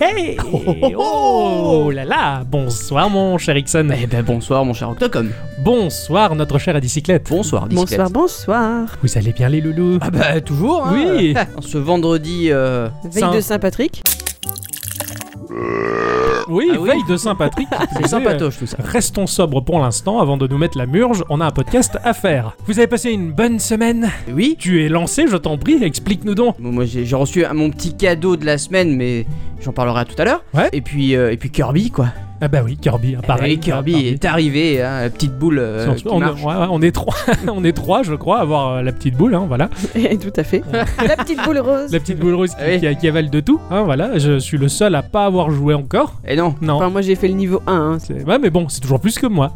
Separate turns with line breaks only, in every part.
Hey,
Oh, oh, oh, oh.
oh là là Bonsoir mon cher Ixon.
Eh ben bonsoir mon cher Octocom.
Bonsoir notre cher à bicyclette.
Bonsoir bicyclette.
Bonsoir, bonsoir.
Vous allez bien les loulous
Ah bah toujours. hein.
Oui.
En Ce vendredi. euh,
Veille
Saint-
de Saint-Patrick.
bah Oui,
Ah oui.
veille de Saint-Patrick.
C'est sympatoche tout ça.
Restons sobres pour l'instant avant de nous mettre la murge, on a un podcast à faire. Vous avez passé une bonne semaine
Oui.
Tu es lancé, je t'en prie, explique-nous donc.
Bon, moi j'ai j'ai reçu un- mon petit cadeau de la semaine, mais j'en parlerai tout à l'heure.
Ouais.
Et puis euh, et puis Kirby quoi.
Ah bah oui, Kirby, hein, pareil.
Et Eh Kirby
pareil.
est arrivé, hein, la petite boule euh,
Sur-
qui
on,
marche.
ouais, ouais, on est trois, on est trois, je crois, à avoir euh, la petite boule, hein, voilà.
Et Eh, Tout à fait. La petite boule rose.
La petite boule rose qui,
Ah Oui.
qui- qui avale de tout, hein, voilà. Je suis le seul à pas avoir joué encore.
Et Eh non.
Non.
Enfin, moi j'ai fait le niveau 1. hein.
C'est- Ouais, mais bon, c'est toujours plus que moi.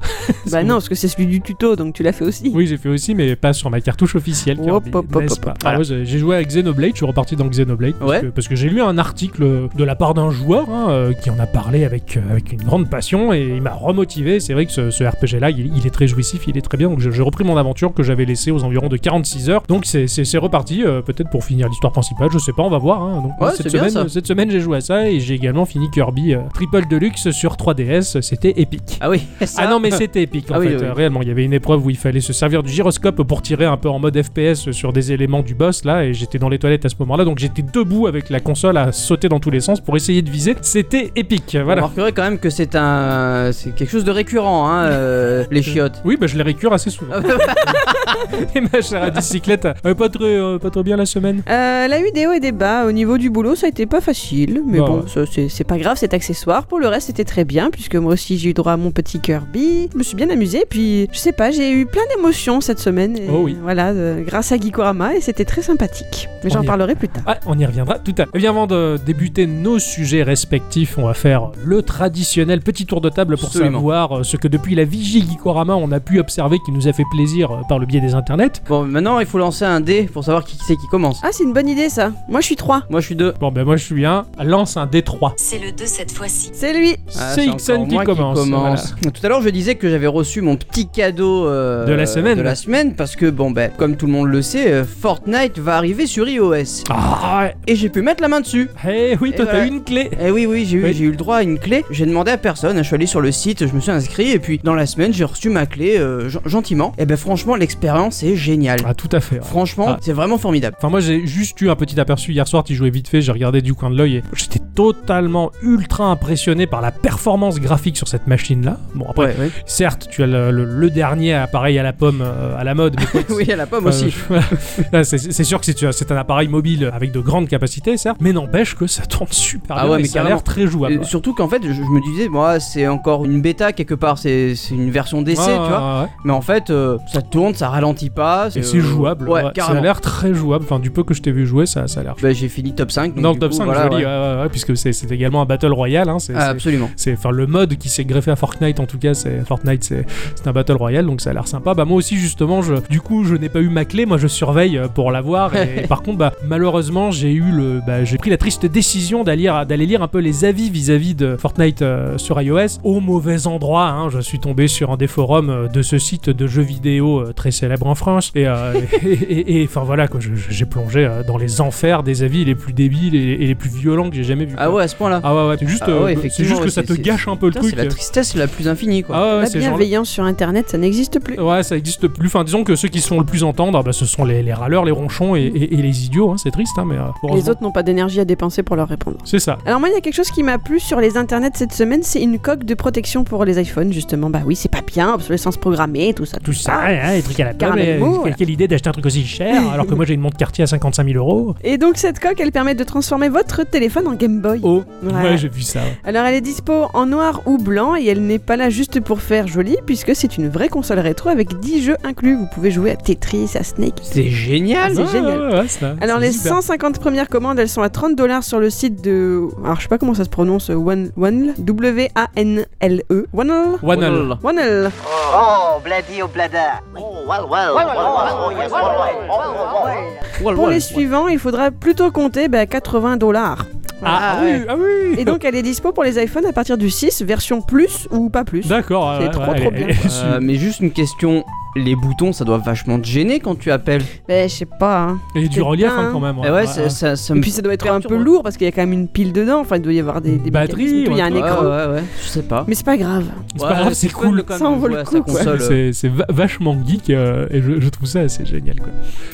Bah non, parce que c'est celui du tuto, donc tu l'as fait aussi.
Oui, j'ai fait aussi, mais pas sur ma cartouche officielle.
Hop,
Kirby,
hop, hop,
n'est-ce
hop,
pas
hop.
Ah ouais, j'ai- j'ai joué à Xenoblade, je suis reparti dans Xenoblade. Parce
Ouais.
que, parce que j'ai lu un article de la part d'un joueur hein, euh, qui en a parlé avec, euh, avec une grande passion et il m'a remotivé. C'est vrai que ce, ce RPG-là, il, il est très jouissif, il est très bien. Donc j'ai j'ai repris mon aventure que j'avais laissée aux environs de 46 heures. Donc c'est- c'est c'est reparti, euh, peut-être pour finir l'histoire principale, je sais pas, on va voir. hein. Donc
Ouais,
cette,
c'est bien,
semaine,
ça.
cette semaine, j'ai joué à ça et j'ai également fini Kirby euh, Triple Deluxe sur 3DS. C'était épique.
Ah oui. ça.
Ah non, mais c'était épique en
Ah oui,
fait,
oui.
euh, réellement. Il y avait une épreuve où il fallait se servir du gyroscope pour tirer un peu en mode FPS sur des éléments du boss là, et j'étais dans les toilettes à ce moment-là, donc j'étais debout avec la console à sauter dans tous les sens pour essayer de viser. C'était épique,
On
voilà.
remarquerait quand même que c'est un, c'est quelque chose de récurrent, hein, euh, les chiottes.
Oui, bah je les récure assez
Ah
souvent. et ma chère à bicyclette, euh, pas, très, euh, pas très bien la semaine.
Euh, la UDO et des bas, au niveau du boulot, ça a été pas facile, mais
Bah
bon,
ouais.
ça, c'est c'est pas grave, c'est accessoire. Pour le reste, c'était très bien, puisque moi aussi j'ai eu droit à mon petit Kirby. Je me suis bien amusée, puis je sais pas, j'ai eu plein d'émotions cette semaine. et
Oh oui.
Voilà, euh, grâce à Gikorama, et c'était très sympathique. Mais
On
j'en
y-
parlerai plus tard.
Ah, on y reviendra tout à l'heure. Eh bien, avant de débuter nos sujets respectifs, on va faire le traditionnel petit tour de table pour
Absolument.
savoir euh, ce que depuis la vigie Gikorama on a pu observer qui nous a fait plaisir euh, par le biais des internets.
Bon, maintenant il faut lancer un dé pour savoir qui c'est qui commence.
Ah, c'est une bonne idée ça. Moi je suis 3.
Moi je suis deux.
Bon ben moi je suis un, lance un D3.
C'est le 2 cette fois-ci.
C'est lui.
Ah,
c'est Ixon
encore
qui
moi
commence.
Tout à l'heure, je disais que j'avais reçu mon petit cadeau euh,
De la semaine.
de la semaine parce que bon, ben, comme tout le monde le sait, euh, Fortnite va arriver sur iOS
voilà. Ah ouais.
et j'ai pu mettre la main dessus.
Eh oui,
Et
toi t'as
voilà.
eu une clé.
Eh oui, oui, j'ai eu,
Oui.
j'ai eu le droit à une clé. J'ai demandé à personne. hein, Je suis allé sur le site, je me suis inscrit et puis dans la semaine, j'ai reçu ma clé euh, gen- gentiment. Et ben, franchement, l'expérience est géniale.
Ah tout à fait. ouais.
Franchement,
Ah.
c'est vraiment formidable.
Enfin moi j'ai juste eu un petit aperçu hier soir, tu jouais vite fait, j'ai regardé du coin de l'œil et j'étais totalement ultra impressionné par la performance graphique sur cette machine là. Bon après,
ouais.
certes tu as le, le- le dernier appareil à la pomme euh, à la mode, mais quoi,
oui, elle a pas
Enfin,
moi aussi.
je- Là, c'est- c'est sûr que c'est- tu as- c'est un appareil mobile avec de grandes capacités, certes, mais n'empêche que ça tourne super
Ah
bien
ouais,
et
mais
ça a l'air très jouable.
Et Surtout qu'en fait, je, je me disais, moi, c'est encore une bêta quelque part, c'est c'est une version
Ouais,
d'essai, tu
ouais,
vois.
ouais, ouais.
Mais en fait, euh, ça tourne, ça ralentit pas.
Et c'est
euh,
jouable,
Ouais,
ouais. ça a
carrément.
l'air très jouable. Enfin, du peu que je t'ai vu jouer, ça, ça a l'air.
Bah, j'ai fini top 5. donc
Dans le
du
top
coup,
5,
voilà,
joli,
ouais.
ouais, ouais, ouais, puisque c'est c'est également un battle royale. Hein, c'est-
Ah,
c'est-
absolument.
c'est enfin le mode qui s'est greffé à Fortnite en tout cas c'est Fortnite c'est c'est un battle royale donc ça a l'air sympa bah moi aussi justement je du coup je n'ai pas eu ma clé moi je surveille euh, pour l'avoir et, et par contre bah malheureusement j'ai eu le bah, j'ai pris la triste décision d'aller lire- d'aller lire un peu les avis vis-à-vis de Fortnite euh, sur iOS au mauvais endroit hein. je suis tombé sur un des forums euh, de ce site de jeux vidéo euh, très célèbre en France et euh, et- et et- enfin voilà quoi je- je- j'ai plongé euh, dans les enfers des avis les plus débiles et, et les plus violents que j'ai jamais vu
Ah ouais, à ce point-là.
ah ouais, ouais, c'est juste,
Ah ouais,
euh, c'est
effectivement,
juste que
ouais,
ça
c'est-
te
c'est-
gâche un peu le
Putain,
truc.
c'est la tristesse la plus infinie, quoi.
Ah ouais, ouais,
La
ces gens-là-
bienveillance sur internet, ça n'existe plus.
Ouais, ça existe plus. Enfin, disons que ceux qui sont le plus entendre, bah, ce sont les, les râleurs, les ronchons et, et- et les idiots. hein. C'est triste, hein, mais euh, heureusement.
Les autres n'ont pas d'énergie à dépenser pour leur répondre.
C'est ça.
Alors moi, il y a quelque chose qui m'a plu sur les internets cette semaine, c'est une coque de protection pour les iPhones, justement. Bah oui, c'est pas bien, obsolescence programmée, tout ça.
Tout ça, hein, les trucs à la pomme.
Caramel
et-
mou,
quelle-
voilà.
Quelle idée d'acheter un truc aussi cher alors que moi j'ai une montre Cartier à 55 000 euros.
Et donc cette coque, elle permet de transformer votre téléphone en Game Boy.
Oh, ouais,
Ouais.
j'ai vu ça. ouais.
Alors elle est dispo en noir ou blanc et elle n'est pas là juste pour faire joli puisque c'est une vraie console rétro avec 10 jeux inclus. Vous pouvez jouer à Tetris, à Snake.
C'est génial.
c'est
Ouais,
génial.
ouais, ouais, ça,
Alors
c'est
les
super.
150 premières commandes, elles sont à 30 dollars sur le site de alors je sais pas comment ça se prononce One One W A N L E Wanel
Ah, Wanal.
Wanel.
Oh, bloody oh, blada. Oh, well, well, well, well, yes, well, well, well, well.
Pour les suivants, il faudra plutôt compter bah, 80 dollars.
Ah,
Ah, ouais.
oui, ah oui.
Et donc elle est dispo pour les iPhones à partir du 6 version plus ou pas plus.
D'accord. Bah,
C'est
ouais,
trop,
ouais,
trop
elle-
bien.
elle-
Euh, mais juste une question les boutons, ça doit vachement te gêner quand tu appelles.
Mais je sais pas. hein.
Et du
C'est
relief
pas,
hein,
hein.
quand même.
Eh ouais, ça, ça- ça
Et
me
puis ça doit être un peu
perturbe.
lourd parce qu'il y a quand même une pile dedans. Enfin, il doit y avoir des, des
Batterie,
mécanismes et tout, Il y a un
ouais.
Ouais,
écran.
ouais, ouais, je sais pas.
Mais c'est pas grave.
C'est pas grave, c'est
fun de
cool.
quand même
Ça en vaut
jouer
le
à sa
coup, quoi.
Ouais,
console, euh.
c'est- c'est va- vachement geek euh, et je, je trouve ça assez génial. Quoi.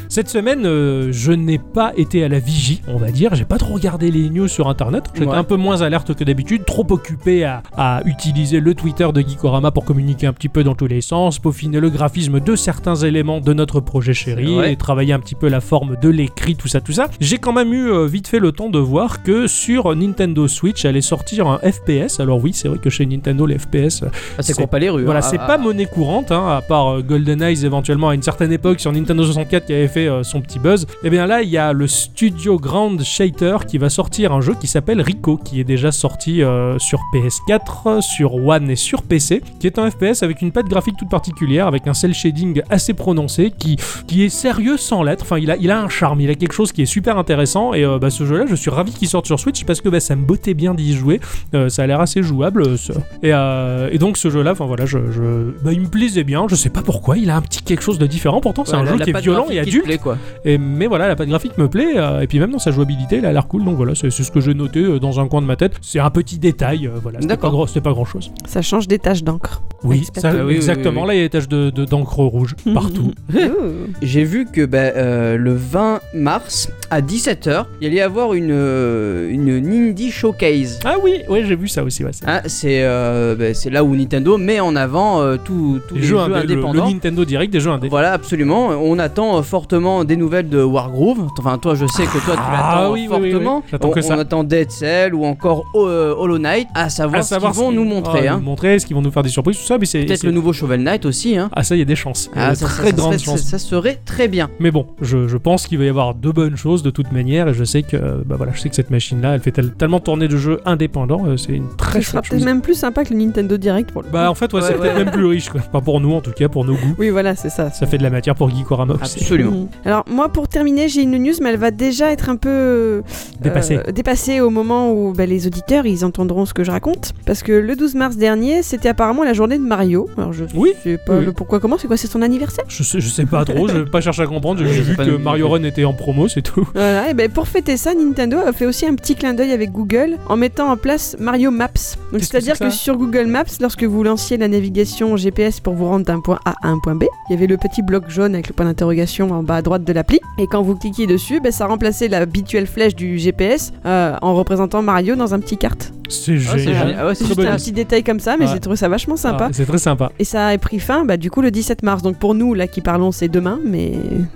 Cette semaine, euh, je n'ai pas été à la vigie, on va dire. J'ai pas trop regardé les news sur internet. J'étais
Ouais.
un peu moins alerte que d'habitude, trop occupé à, à utiliser le Twitter de Geekorama pour communiquer un petit peu dans tous les sens, peaufiner le graphisme de certains éléments de notre projet chéri
vrai.
et travailler un petit peu la forme de l'écrit, tout ça, tout ça. J'ai quand même eu euh, vite fait le temps de voir que sur Nintendo Switch allait sortir un FPS. Alors, oui, c'est vrai que chez Nintendo, les FPS,
Ah, c'est
c'est-
qu'on pas les rues.
voilà,
hein.
c'est
Ah,
pas
ah,
monnaie courante, hein, à part euh, GoldenEye éventuellement à une certaine époque sur Nintendo 64 qui avait fait euh, son petit buzz. Et bien là, il y a le studio Grand Shater qui va sortir un jeu qui s'appelle Rico, qui est déjà sorti euh, sur PS4, sur One et sur PC, qui est un FPS avec une patte graphique toute particulière, avec un cel shading assez prononcé, qui, qui est sérieux sans l'être. Enfin, il a, il a un charme, il a quelque chose qui est super intéressant. Et euh, bah, ce jeu-là, je suis ravi qu'il sorte sur Switch parce que bah, ça me bottait bien d'y jouer. Euh, ça a l'air assez jouable. euh, ça. Et, euh, et donc ce jeu-là, enfin voilà, je, je- bah, il me plaisait bien. Je sais pas pourquoi, il a un petit quelque chose de différent. Pourtant, c'est
ouais,
un
la-
jeu
la
qui est
patte
violent et
graphique qui te
adulte.
plaît, quoi.
Et, mais voilà, la patte graphique me plaît. euh, et puis même dans sa jouabilité, elle a l'air cool. Donc voilà, c'est c'est ce que j'ai noté euh, dans un coin de ma tête. C'est un petit détail. euh, voilà, c'était pas,
D'accord.
gros- c'était pas grand-chose.
Ça change des taches d'encre.
Oui,
Expert.
ça-
Ah oui, oui,
exactement.
oui, oui.
Là, il y a des taches de- de- d'encre rouge partout.
Ouh.
J'ai vu que bah, euh, le 20 mars à 17h, il allait y avoir une, euh, une Indie Showcase.
ah oui, oui, j'ai vu ça aussi. ouais, c'est-
Hein, c'est euh, bah, c'est là où Nintendo met en avant euh, tous tous
les
les
jeux
jeux
indé- le- le,
indépendants.
Nintendo Direct des jeux indés.
Voilà, absolument. On attend euh, fortement des nouvelles de Wargroove. Enfin, toi, je sais que toi, tu
Ah,
l'attends
oui, oui, oui, oui.
fortement.
J'attends
On,
que ça.
on attend Dead Cell ou encore euh, Hollow Knight, à savoir,
À savoir
ce qu'ils vont
qu'ils-
nous
ah,
montrer. hein.
nous montrer, ce qu'ils vont nous faire des surprises, tout ça. Mais c'est
Peut-être
c'est-
le nouveau Shovel Knight aussi. Hein.
Ah ça, il y a des chances. Il y a
Ah,
de
ça, ça-
très
ça
grandes
serait,
chances.
ça serait très bien.
Mais bon, je, je pense qu'il va y avoir de bonnes choses de toute manière, et je sais que, euh, bah voilà, je sais que cette machine-là, elle fait tel- tellement tourner de jeux indépendants, euh, c'est une très
Ce sera
chouette
peut-être
chose.
même plus sympa que le Nintendo Direct pour le.
Bah en fait, ouais,
Ouais,
c'est peut-être
ouais.
même plus riche, quoi. Pas pour nous en tout cas, pour nos goûts.
Oui, voilà, c'est ça.
Ça fait de la matière pour Geekorama aussi.
Absolument.
Mm. Alors moi pour terminer j'ai une news mais elle va déjà être un peu euh,
Dépassée.
dépassée au moment où bah, les auditeurs ils entendront ce que je raconte parce que le 12 mars dernier c'était apparemment la journée de Mario alors je
Oui,
sais pas
oui.
le pourquoi comment c'est quoi c'est son anniversaire
Je sais, je sais pas trop, je vais pas chercher à comprendre,
Oui,
j'ai
c'est
vu
pas
que
nous-
Mario Run était en promo, c'est tout.
voilà et ben pour fêter ça Nintendo a fait aussi un petit clin d'œil avec Google en mettant en place Mario Maps donc
Qu'est-ce
c'est à dire
que c'est
que,
ça
sur Google Maps lorsque vous lanciez la navigation GPS pour vous rendre d'un point A à un point B il y avait le petit bloc jaune avec le point d'interrogation en bas à droite de l'appli et quand vous cliquiez dessus ben, ça remplaçait l'habituelle flèche du GPS euh, en représentant Mario dans un petit carte
C'est
Ah, c'est
génial.
génial. Ah
Très
ouais, c'est
c'est juste
bonne
un
idée.
petit détail comme ça mais
Ouais.
j'ai trouvé ça vachement sympa
Ah, c'est très sympa.
et ça a pris fin bah, du coup le 17 mars donc pour nous là qui parlons c'est demain mais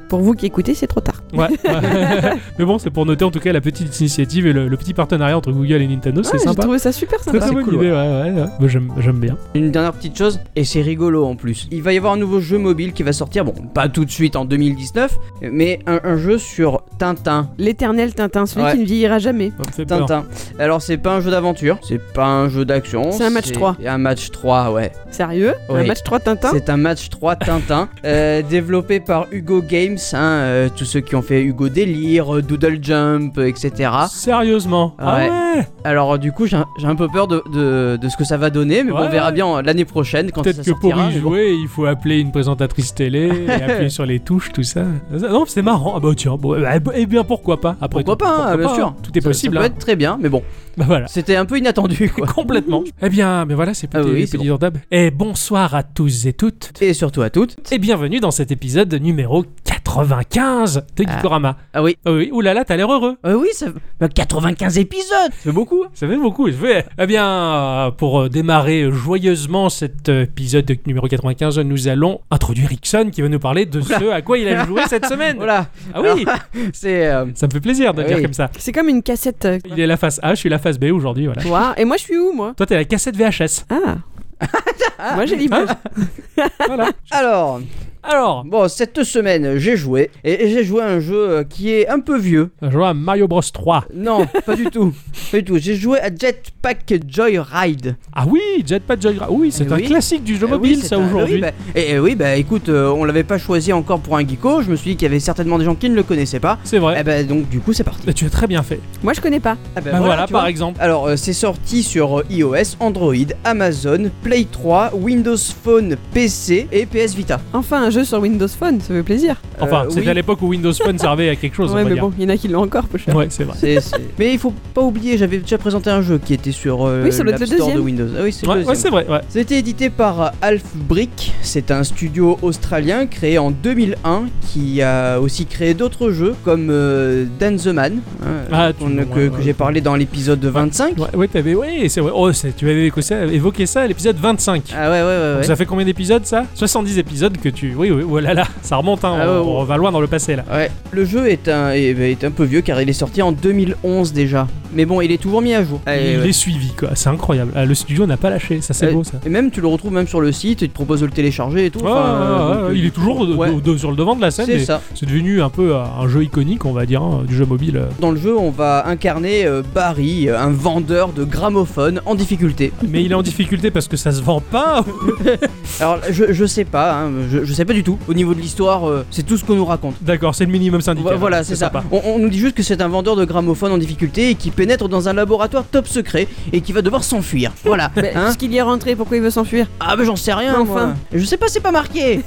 pour vous qui écoutez c'est trop tard
Ouais. ouais. Mais bon, c'est pour noter en tout cas la petite initiative et le, le petit partenariat entre Google et Nintendo, c'est
Ouais, j'ai
sympa.
trouvé ça super
Très
sympa
très
C'est
bonne
cool,
idée, ouais, ouais, ouais. Bah, j'aime- J'aime bien.
Une dernière petite chose, et c'est rigolo en plus. Il va y avoir un nouveau jeu mobile qui va sortir, bon, pas tout de suite en 2019, mais un, un jeu sur Tintin.
L'éternel Tintin, celui
Ouais.
qui ne vieillira jamais.
Ça me fait peur.
Tintin. Alors, c'est pas un jeu d'aventure, c'est pas un jeu d'action.
C'est un match 3.
Un match 3, ouais.
Sérieux Un
Oui.
match 3 Tintin
C'est un match 3 Tintin, euh, développé par Hugo Games, hein, euh, tous ceux qui ont fait Hugo Délire, euh, Doodle Jump, euh, etc.
Sérieusement Ah
Ouais.
ouais
Alors euh, du coup, j'ai un, j'ai un peu peur de, de- de ce que ça va donner, mais bon,
Ouais.
on verra bien euh, l'année prochaine quand ça
Peut-être que pour
sortira,
y
mais bon.
jouer, il faut appeler une présentatrice télé, et appuyer sur les touches, tout ça. Non, c'est marrant. Ah bah tiens, bon, eh bah, eh bien pourquoi pas après
Pourquoi
tout.
pas, hein, bien
pas,
sûr.
hein. Tout est
Ça-
possible.
Ça, peut
hein.
être très bien, mais bon,
Bah voilà.
c'était un peu inattendu quoi.
Complètement. eh bien, mais voilà, c'est
Ah
petit,
oui,
les
c'est
petits endables. Et bonsoir à tous et toutes.
Et surtout à toutes.
Et bienvenue dans cet épisode numéro 95 de
Ah.
Geekorama.
Ah oui.
Ah oui, oulala, t'as l'air heureux.
Euh, oui, ça bah, 95 épisodes, c'est beaucoup.
Ça fait beaucoup. je fais- Eh bien, euh, pour euh, démarrer joyeusement cet euh, épisode de- numéro 95, nous allons introduire Ixon qui va nous parler de ce à quoi il a joué cette semaine.
Voilà,
Ah oui,
c'est euh,
ça me fait plaisir de
Ah
dire
oui.
comme ça.
C'est comme une cassette. euh,
Il est la face A, je suis la face B aujourd'hui, voilà.
Waouh. Et moi, je suis où, moi
Toi, t'es la cassette VHS.
Ah Moi, j'ai l'image.
Voilà.
Ah. alors
Alors,
bon cette semaine j'ai joué et et j'ai joué à un jeu euh, qui est un peu vieux.
je vois Mario Bros 3.
Non, pas du tout, pas du tout. J'ai joué à Jetpack Joyride.
Ah oui, Jetpack Joyride. Oui, c'est
Eh
un
oui.
classique du jeu
Euh,
mobile,
oui, c'est
ça,
un-
aujourd'hui.
oui, bah- et, et oui, bah écoute, euh, on l'avait pas choisi encore pour un geeko. Je me suis dit qu'il y avait certainement des gens qui ne le connaissaient pas.
C'est vrai.
Et bah donc du coup c'est parti.
Bah, tu as très bien fait.
Moi, je connais pas.
Ah, bah,
bah voilà,
tu
par
vois.
exemple.
Alors euh, c'est sorti sur euh, iOS, Android, Amazon, Play 3, Windows Phone, PC et PS Vita.
Enfin, un jeu sur Windows Phone, ça fait plaisir.
Enfin,
Euh,
c'était
oui.
à l'époque où Windows Phone servait à quelque chose,
ouais,
on Oh, va
mais
dire.
bon, il y en a qui l'ont encore, peu cher.
Ouais, c'est vrai.
C'est- c'est- Mais il faut pas oublier, j'avais déjà présenté un jeu qui était sur euh,
Oui, ça doit être
l'App
le
Store de
deuxième.
Windows. Ah oui, c'est le
Ouais,
deuxième.
ouais, c'est vrai. Ouais.
Ça a été édité par Alf Brick, c'est un studio australien créé en 2001 qui a aussi créé d'autres jeux comme euh, Dan the Man, hein,
Ah,
qu'on-
tu-
que,
ouais,
que
ouais.
j'ai parlé dans l'épisode 25.
Ouais, ouais, t'avais, ouais, c'est vrai. Oh, c'est- tu avais évoqué ça, évoqué ça à l'épisode 25.
Ah ouais, ouais, ouais.
Donc
ouais.
Ça fait combien d'épisodes ça 70 épisodes que tu. Oui, oui, oh là là, ça remonte, hein,
Ah,
on,
ouais, ouais.
on va loin dans le passé là.
Ouais. le jeu est un, est, bah, est un peu vieux car il est sorti en 2011 déjà. Mais bon, il est toujours mis à jour. Et,
Ah, Il
Ah, ouais.
est suivi quoi, c'est incroyable. Ah, le studio n'a pas lâché, ça c'est
Euh,
beau ça.
Et même tu le retrouves même sur le site, il te propose de le télécharger et tout.
Ouais,
enfin, euh,
ouais, ouais,
donc,
ouais,
euh,
il est toujours de-
ouais,
de- de- sur le devant de la scène.
C'est
et
ça.
C'est devenu un peu euh, un jeu iconique, on va dire, hein, du jeu mobile. euh.
Dans le jeu, on va incarner euh, Barry, euh, un vendeur de gramophone en difficulté.
Mais il est en difficulté parce que ça se vend pas.
Alors je, je sais pas, hein, je, je sais pas du tout. Au niveau de l'histoire, euh, c'est tout ce qu'on nous raconte.
D'accord, hein, c'est le minimum syndical.
Vo- Voilà, c'est ça.
sympa.
On, on nous dit juste que c'est un vendeur de gramophone en difficulté et qui pénètre dans un laboratoire top secret et qui va devoir s'enfuir. Voilà.
Mais
Hein
puisqu'il y est rentré, pourquoi il veut s'enfuir
ah mais j'en sais rien.
Mais
moi.
enfin.
Je sais pas, c'est pas marqué.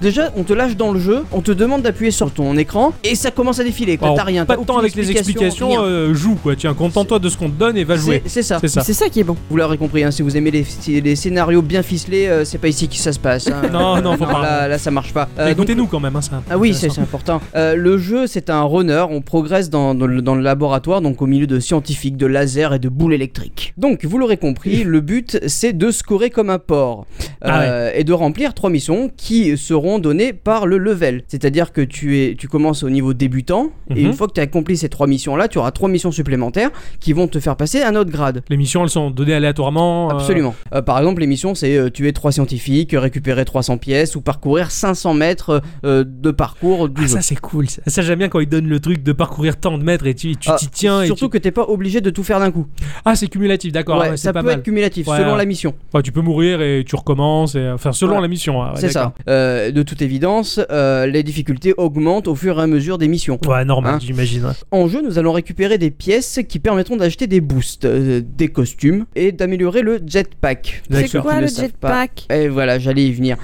Déjà, on te lâche dans le jeu, on te demande d'appuyer sur ton écran et ça commence à défiler. quoi.
Alors,
T'as rien.
Pas
t'as
de temps
aucune
avec les
explication,
explications,
rien.
euh, joue quoi. Tiens, contente-toi de ce qu'on te donne et va jouer.
C'est- c'est ça.
C'est ça.
C'est ça qui est bon.
Vous l'aurez compris, hein, si vous aimez les, les scénarios bien ficelés, euh, c'est pas ici que ça se passe. hein.
Non, non, faut pas.
Là, là, ça marche pas. Euh, donc-
Écoutez-nous quand même, hein, c'est un peu
Ah oui, c'est
intéressant.
c'est important. Euh, le jeu, c'est un runner. On progresse dans, dans le, dans le laboratoire, donc au milieu de scientifiques, de lasers et de boules électriques. Donc, vous l'aurez compris, le but, c'est de scorer comme un porc
Ah
Euh, et de remplir trois missions qui seront données par le level. C'est-à-dire que tu, es, tu commences au niveau débutant et
Mhm.
une fois que tu as accompli ces trois missions-là, tu auras trois missions supplémentaires qui vont te faire passer à un autre grade.
Les missions, elles sont données aléatoirement. euh,
Absolument. Euh, par exemple, les missions, c'est euh, tuer trois scientifiques, récupérer 300 pièces ou parcourir 500 mètres euh, de parcours du
Ah,
jeu.
ça c'est cool. Ça, Ça, j'aime bien quand ils donnent le truc de parcourir tant de mètres et tu tu
Ah,
t'y tiens.
Surtout
et tu-
que t'es pas obligé de tout faire d'un coup.
Ah, c'est cumulatif, d'accord.
Ouais,
ouais, c'est
ça
pas
peut
mal.
être cumulatif
Ouais.
selon la mission.
Ouais, tu peux mourir et tu recommences. et- Enfin, selon
Voilà.
la mission. hein, ouais, ouais,
c'est ça.
d'accord.
Euh, de toute évidence, euh, les difficultés augmentent au fur et à mesure des missions.
Ouais, normal,
Hein
j'imagine. ouais.
En jeu, nous allons récupérer des pièces qui permettront d'acheter des boosts, euh, des costumes et d'améliorer le jetpack.
D'accord.
C'est
Ils
quoi
le
le
savent
jetpack
Et voilà, j'allais y venir.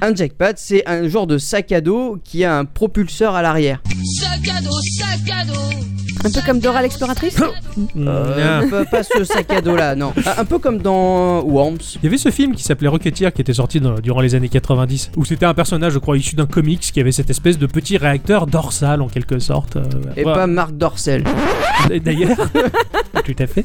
un jackpad, c'est un genre de sac à dos qui a un propulseur à l'arrière.
Sac à dos, sac à dos.
Un peu comme Dora l'exploratrice
Ah.
Euh, pas- pas ce sac à dos là, non. Un un peu comme dans Worms.
Il y avait ce film qui s'appelait Rocketeer qui était sorti dans- durant les années 90 où c'était un personnage, je crois, issu d'un comics qui avait cette espèce de petit réacteur dorsal en quelque sorte. euh,
Et
voilà.
pas Marc Dorcel.
Et D'ailleurs, tout à fait.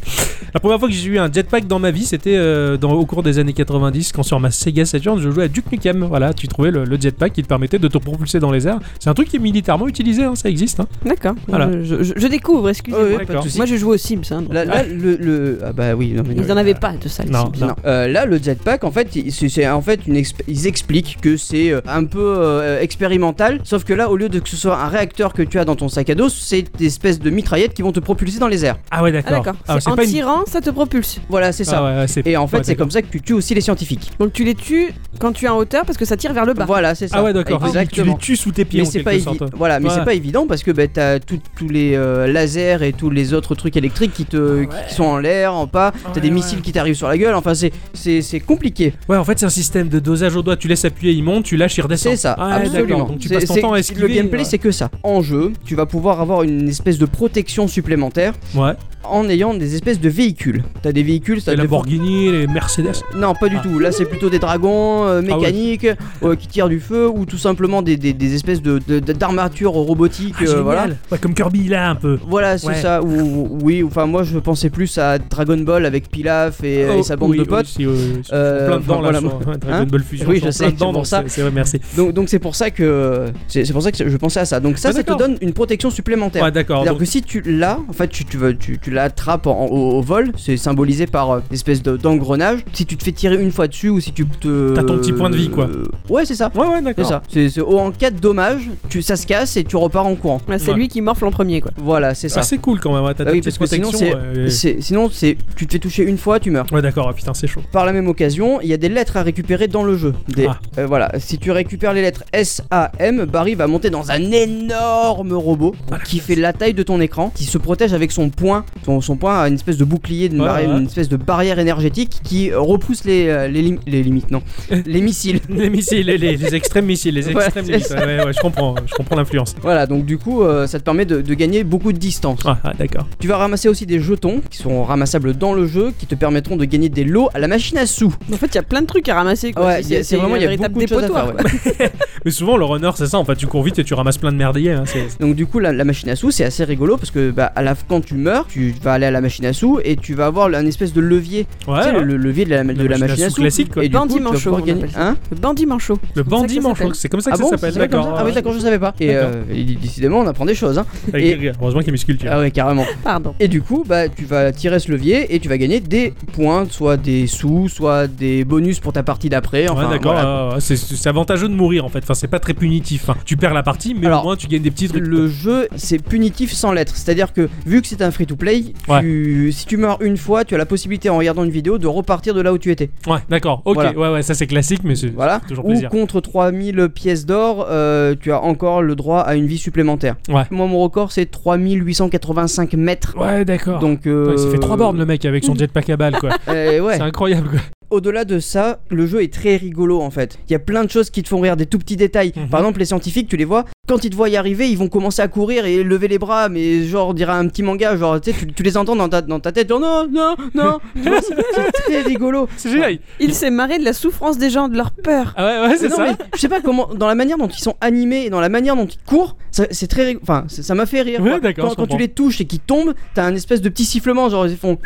La première fois que j'ai eu un jetpack dans ma vie, c'était euh, dans- au cours des années 90, quand sur ma Sega Saturn, je jouais à Duke Nukem. Voilà, tu trouvais le, le jetpack qui te permettait de te propulser dans les airs. C'est un truc qui est militairement utilisé, hein, ça existe. hein.
D'accord.
Voilà.
Je, je- je découvre, excusez-moi.
Oh, Oui,
D'accord.
pas de soucis.
Moi, je joue aux Sims. hein, donc.
Là, là, le, le- Ah bah oui, non, mais
Ils
non,
n'en avaient pas de ça. les
Non,
Sims.
non.
Non. Euh, là, le jetpack, en fait, il- c'est c'est- en fait une exp- ils expliquent que c'est euh, un peu euh, expérimental. Sauf que là, au lieu de que ce soit un réacteur que tu as dans ton sac à dos, c'est des espèces de mitraillettes qui vont te propulser dans les airs.
Ah ouais,
Ah
d'accord.
d'accord.
Ah,
C'est en
pas une-
tirant, ça te propulse.
Voilà, c'est ça.
Ah ouais, ouais, c'est-
Et en fait,
ouais,
c'est
d'accord.
comme ça que tu tues aussi les scientifiques.
Donc tu les tues quand tu es en hauteur parce que ça tire vers le bas.
Voilà, c'est ça.
Ah ouais, d'accord. Ah, Tu les
Exactement.
tues sous tes pieds
mais
en
c'est
quelque
pas, évi-
sorte.
voilà, mais
Ouais.
c'est pas évident parce que bah, t'as tout- tous les euh, lasers et tous les autres trucs électriques qui, te, qui sont en l'air, en pas. T'as
Ah Ouais,
des
ouais.
missiles qui t'arrivent sur la gueule. Enfin, c'est- c'est c'est compliqué.
Ouais, en fait, c'est un système de dosage au doigt. Tu laisses appuyer, il monte, tu lâches, il redescend.
C'est ça,
Ah, ouais,
absolument.
d'accord. Donc tu
C'est-
passes ton
c'est-
temps à esquiver. euh,
Le gameplay, c'est que ça. En jeu, tu vas pouvoir avoir une espèce de protection supplémentaire
Ouais.
en ayant des espèces de véhicules. T'as des véhicules, t'as
Les
des
Lamborghini, les Mercedes.
Non, pas du
Ah.
tout. Là, c'est plutôt des dragons euh,
Ah ouais.
mécaniques euh, qui tirent du feu ou tout simplement des, des- des espèces de de- de- d'armatures robotiques.
Ah,
euh,
génial.
voilà.
Ouais, comme Kirby, là, un peu.
Voilà, c'est
Ouais.
ça. Ou, ou- oui, enfin moi je pensais plus à Dragon Ball avec Pilaf et, euh, et
Oh,
sa bande
oui,
de potes.
aussi, oui, oui, ils sont
Euh,
plein dedans,
enfin,
là,
voilà.
sur- Dragon
Hein
Ball Fusion.
Oui,
ils sont
je sais,
plein
c'est
dedans
pour
dans
ça.
ce- C'est vrai, merci.
Donc donc c'est pour ça que c'est c'est pour ça que je pensais à ça. Donc ça,
Ah,
ça te
d'accord.
donne une protection supplémentaire.
Ouais, d'accord.
C'est-à-dire
donc-
que si tu l'as, en fait, tu, tu, veux- tu, tu l'attrapes en- au, au vol, c'est symbolisé par euh, une espèce de- d'engrenage. Si tu te fais tirer une fois dessus ou si tu te.
T'as ton petit point de vie, quoi.
Euh, Ouais, c'est ça.
Ouais, ouais,
C'est
d'accord.
ça. C'est c'est- oh, en cas de dommage, tu, ça se casse et tu repars en courant.
Ouais, c'est
Ouais.
lui qui morfle en premier quoi.
Voilà, c'est ça.
Ah, c'est cool quand même. ouais, T'as
Ah
ta
oui,
petite
parce que sinon,
protection. ouais, ouais.
C'est- Sinon, c'est tu te fais toucher une fois, tu meurs.
Ouais, d'accord. ah, Putain, c'est chaud.
Par la même occasion, il y a des lettres à récupérer dans le jeu. Des-
Ah.
euh, voilà, si tu récupères les lettres S A M, Barry va
Ah,
monter dans un énorme robot qui fait la taille de ton écran, qui se protège avec son poing, son son, son poing à une espèce de bouclier, d'une
Ouais,
barrière-
ouais.
une espèce de barrière énergétique qui repousse les, euh, les, lim- les limites, non, les missiles.
Les missiles, les, les- les extrêmes missiles, les
Voilà,
extrêmes
c'est
missiles. Ouais, ouais, ouais, je comprends, je comprends l'influence.
Voilà, donc du coup, euh, ça te permet de, de gagner beaucoup de distance.
Ah, ah, d'accord.
Tu vas ramasser aussi des jetons qui sont ramassables dans le jeu, qui te permettront de gagner des lots à la machine à sous.
En fait, il y a plein de trucs à ramasser. quoi.
Ouais, il y a- c'est vraiment
un
il y a
véritable
beaucoup de choses à
dépotoir,
faire.
quoi.
ouais.
Mais souvent, le runner, c'est ça. En fait, tu cours vite et tu ramasses plein de merdier. hein, c'est-
Donc du coup, la, la machine à sous, c'est assez rigolo parce que bah, à la, quand tu meurs, tu vas aller à la machine à sous et tu vas avoir un espèce de levier,
Ouais,
tu sais, le, le levier de la, de la machine à sous.
classique, quoi.
Et du coup,
Bandit
tu vas
manchot,
pouvoir
on
gagner-
appelle ça.
Hein
Le bandit manchot.
Le
comme ça que
bandit
ça
manchot,
s'appelle.
c'est comme ça que
ah
ça
bon,
s'appelle,
c'est comme
d'accord.
ça Ah oui, d'accord, je savais pas. Et
D'accord.
euh, et décidément, on apprend des choses. Hein.
Avec- Heureusement qu'il y a Miss Culture.
Ah ouais, carrément.
Pardon.
Et du coup, bah, tu vas tirer ce levier et tu vas gagner des points, soit des sous, soit des bonus pour ta partie d'après. Enfin,
ouais, d'accord.
voilà.
ah, ah, c'est- c'est avantageux de mourir en fait. Enfin, c'est pas très punitif. hein. Tu perds la partie, mais
Alors,
au moins tu gagnes des petits trucs.
Le jeu, c'est punitif sans l'être. C'est-à-dire que vu que c'est un free-to-play, tu- si tu meurs une fois, tu as la possibilité en regardant une vidéo de repartir de là où tu étais.
Ouais, d'accord. Ok,
Voilà.
ouais, ouais, ça c'est classique, mais c'est
Voilà.
toujours
Ou
plaisir.
contre 3000 pièces d'or, euh, tu as encore le droit à une vie supplémentaire.
Ouais.
Moi, mon record, c'est 3885 mètres.
Ouais, d'accord.
Donc, euh,
Ouais, il s'est fait trois bornes le mec avec son jetpack à balles quoi.
euh, ouais.
C'est incroyable quoi.
Au-delà de ça, le jeu est très rigolo en fait. Il y a plein de choses qui te font rire, des tout petits détails.
Mhm.
Par exemple, les scientifiques, tu les vois, quand ils te voient y arriver, ils vont commencer à courir et lever les bras, mais genre, on dirait un petit manga, genre, tu sais, tu, tu les entends dans ta, dans ta tête, genre, non, non, non, Tu vois, c'est c'est très rigolo.
C'est génial.
Il s'est marré de la souffrance des gens, de leur peur.
Ah ouais, ouais,
Mais
c'est
non,
ça.
mais je sais pas comment, dans la manière dont ils sont animés et dans la manière dont ils courent, ça- c'est très rigolo. Enfin, c'est- ça m'a fait rire.
Ouais,
quoi.
d'accord,
quand,
je
quand tu
comprends.
les touches et qu'ils tombent, t'as un espèce de petit sifflement, genre, ils font.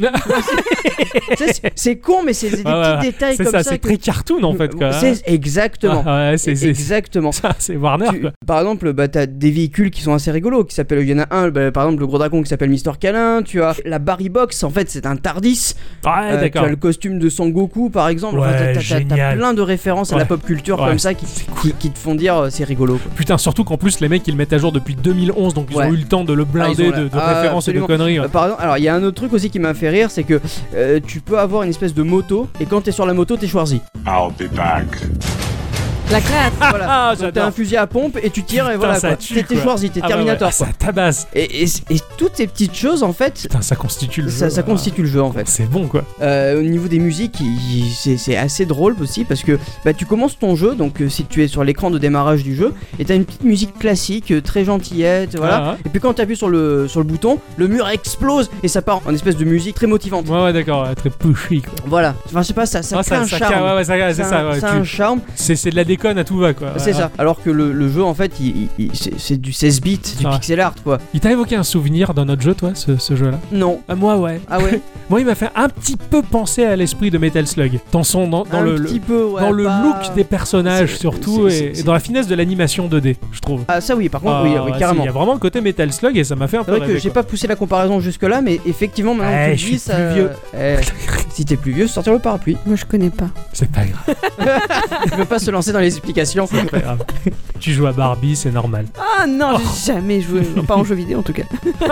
Tu sais, c'est- c'est con, mais c'est c'est des
Ouais, ouais,
petits
ouais.
détails
C'est
comme
ça,
ça.
c'est
que-
très cartoon en fait quoi.
C'est exactement.
Ah, ouais, c'est c'est-
Exactement.
ça, c'est Warner
Tu-
quoi.
par exemple, bah, t'as des véhicules qui sont assez rigolos, qui s'appellent. Il y en a un, bah, par exemple, le gros dragon qui s'appelle Mister Calin. Tu as la Barry Box, en fait, c'est un Tardis.
Ouais,
Euh, tu
Ah, d'accord.
as le costume de Sangoku, par exemple. Enfin,
Ouais,
t'as- t'as- t'as- t'as
génial.
plein de références à la
Ouais.
pop culture
Ouais.
comme ça qui, qui, qui te font dire euh, c'est rigolo. quoi.
Putain, surtout qu'en plus les mecs ils le mettent à jour depuis 2011 donc ils
Ouais.
ont eu le temps de le blinder
Ah, ils ont la-
de, de
Ah,
références et de
absolument.
conneries. ouais.
Euh, par exemple, alors il y a un autre truc aussi qui m'a fait rire, c'est que euh, tu peux avoir une espèce de moto et quand t'es sur la moto, t'es Schwarzy.
I'll be back.
La classe.
voilà.
Ah,
Donc, T'as un
j'adore.
fusil à pompe et tu tires et
Putain,
voilà.
ça
quoi.
tue,
T'es t'es
quoi.
Schwarzy, t'es
Ah, ouais,
Terminator.
ouais, Ça tabasse.
quoi. Et- et- et toutes ces petites choses, en fait,
Putain, ça constitue le jeu.
ça,
euh,
ça
ouais.
constitue le jeu en fait.
C'est bon quoi.
Euh, au niveau des musiques, il- il- c'est c'est assez drôle aussi parce que bah, tu commences ton jeu, donc euh, si tu es sur l'écran de démarrage du jeu, et t'as une petite musique classique, euh, très gentillette, voilà.
Ah, ouais.
Et puis quand t'appuies sur le, sur le bouton, le mur explose et ça part en espèce de musique très motivante.
Ouais, ouais, d'accord, ouais, très pushy quoi.
Voilà, enfin je sais pas, ça, ça
Ah,
crée un charme.
ouais, ouais, ça-
C'est
c'est ça,
un,
ouais,
c'est
tu-
un charme,
c'est c'est de la déconne à tout va quoi.
c'est
Ouais, ouais.
ça. Alors que le, le jeu en fait, il- il- il- c'est c'est du 16 bits, du
Ouais.
pixel art quoi.
Il t'a évoqué un souvenir dans notre jeu, toi, ce, ce jeu-là
Non.
Ah, Moi, ouais.
Ah ouais,
Moi, il m'a fait un petit peu penser à l'esprit de Metal Slug. Dans son, dans, dans
un
le, le-
petit peu. ouais,
dans le
pas-
look des personnages
c'est-
surtout
c'est- c'est-
et,
c'est-
et dans la finesse de l'animation 2D, je trouve.
Ah ça oui, par contre, oui,
Ah,
oui,
si,
carrément.
Il y a vraiment le côté Metal Slug et ça m'a fait un
C'est
peu
vrai que
rêver. quoi.
j'ai pas poussé la comparaison jusque là, mais effectivement, maintenant
Eh,
que
je
tu le dis,
suis
ça.
plus vieux.
Eh, si t'es plus vieux, sortir le parapluie.
Moi, je connais pas.
C'est pas grave.
Tu peux pas se lancer dans les explications.
c'est pas grave. tu joues à Barbie, c'est normal.
Ah non,
Oh.
j'ai jamais joué. Pas en jeu vidéo, en tout cas.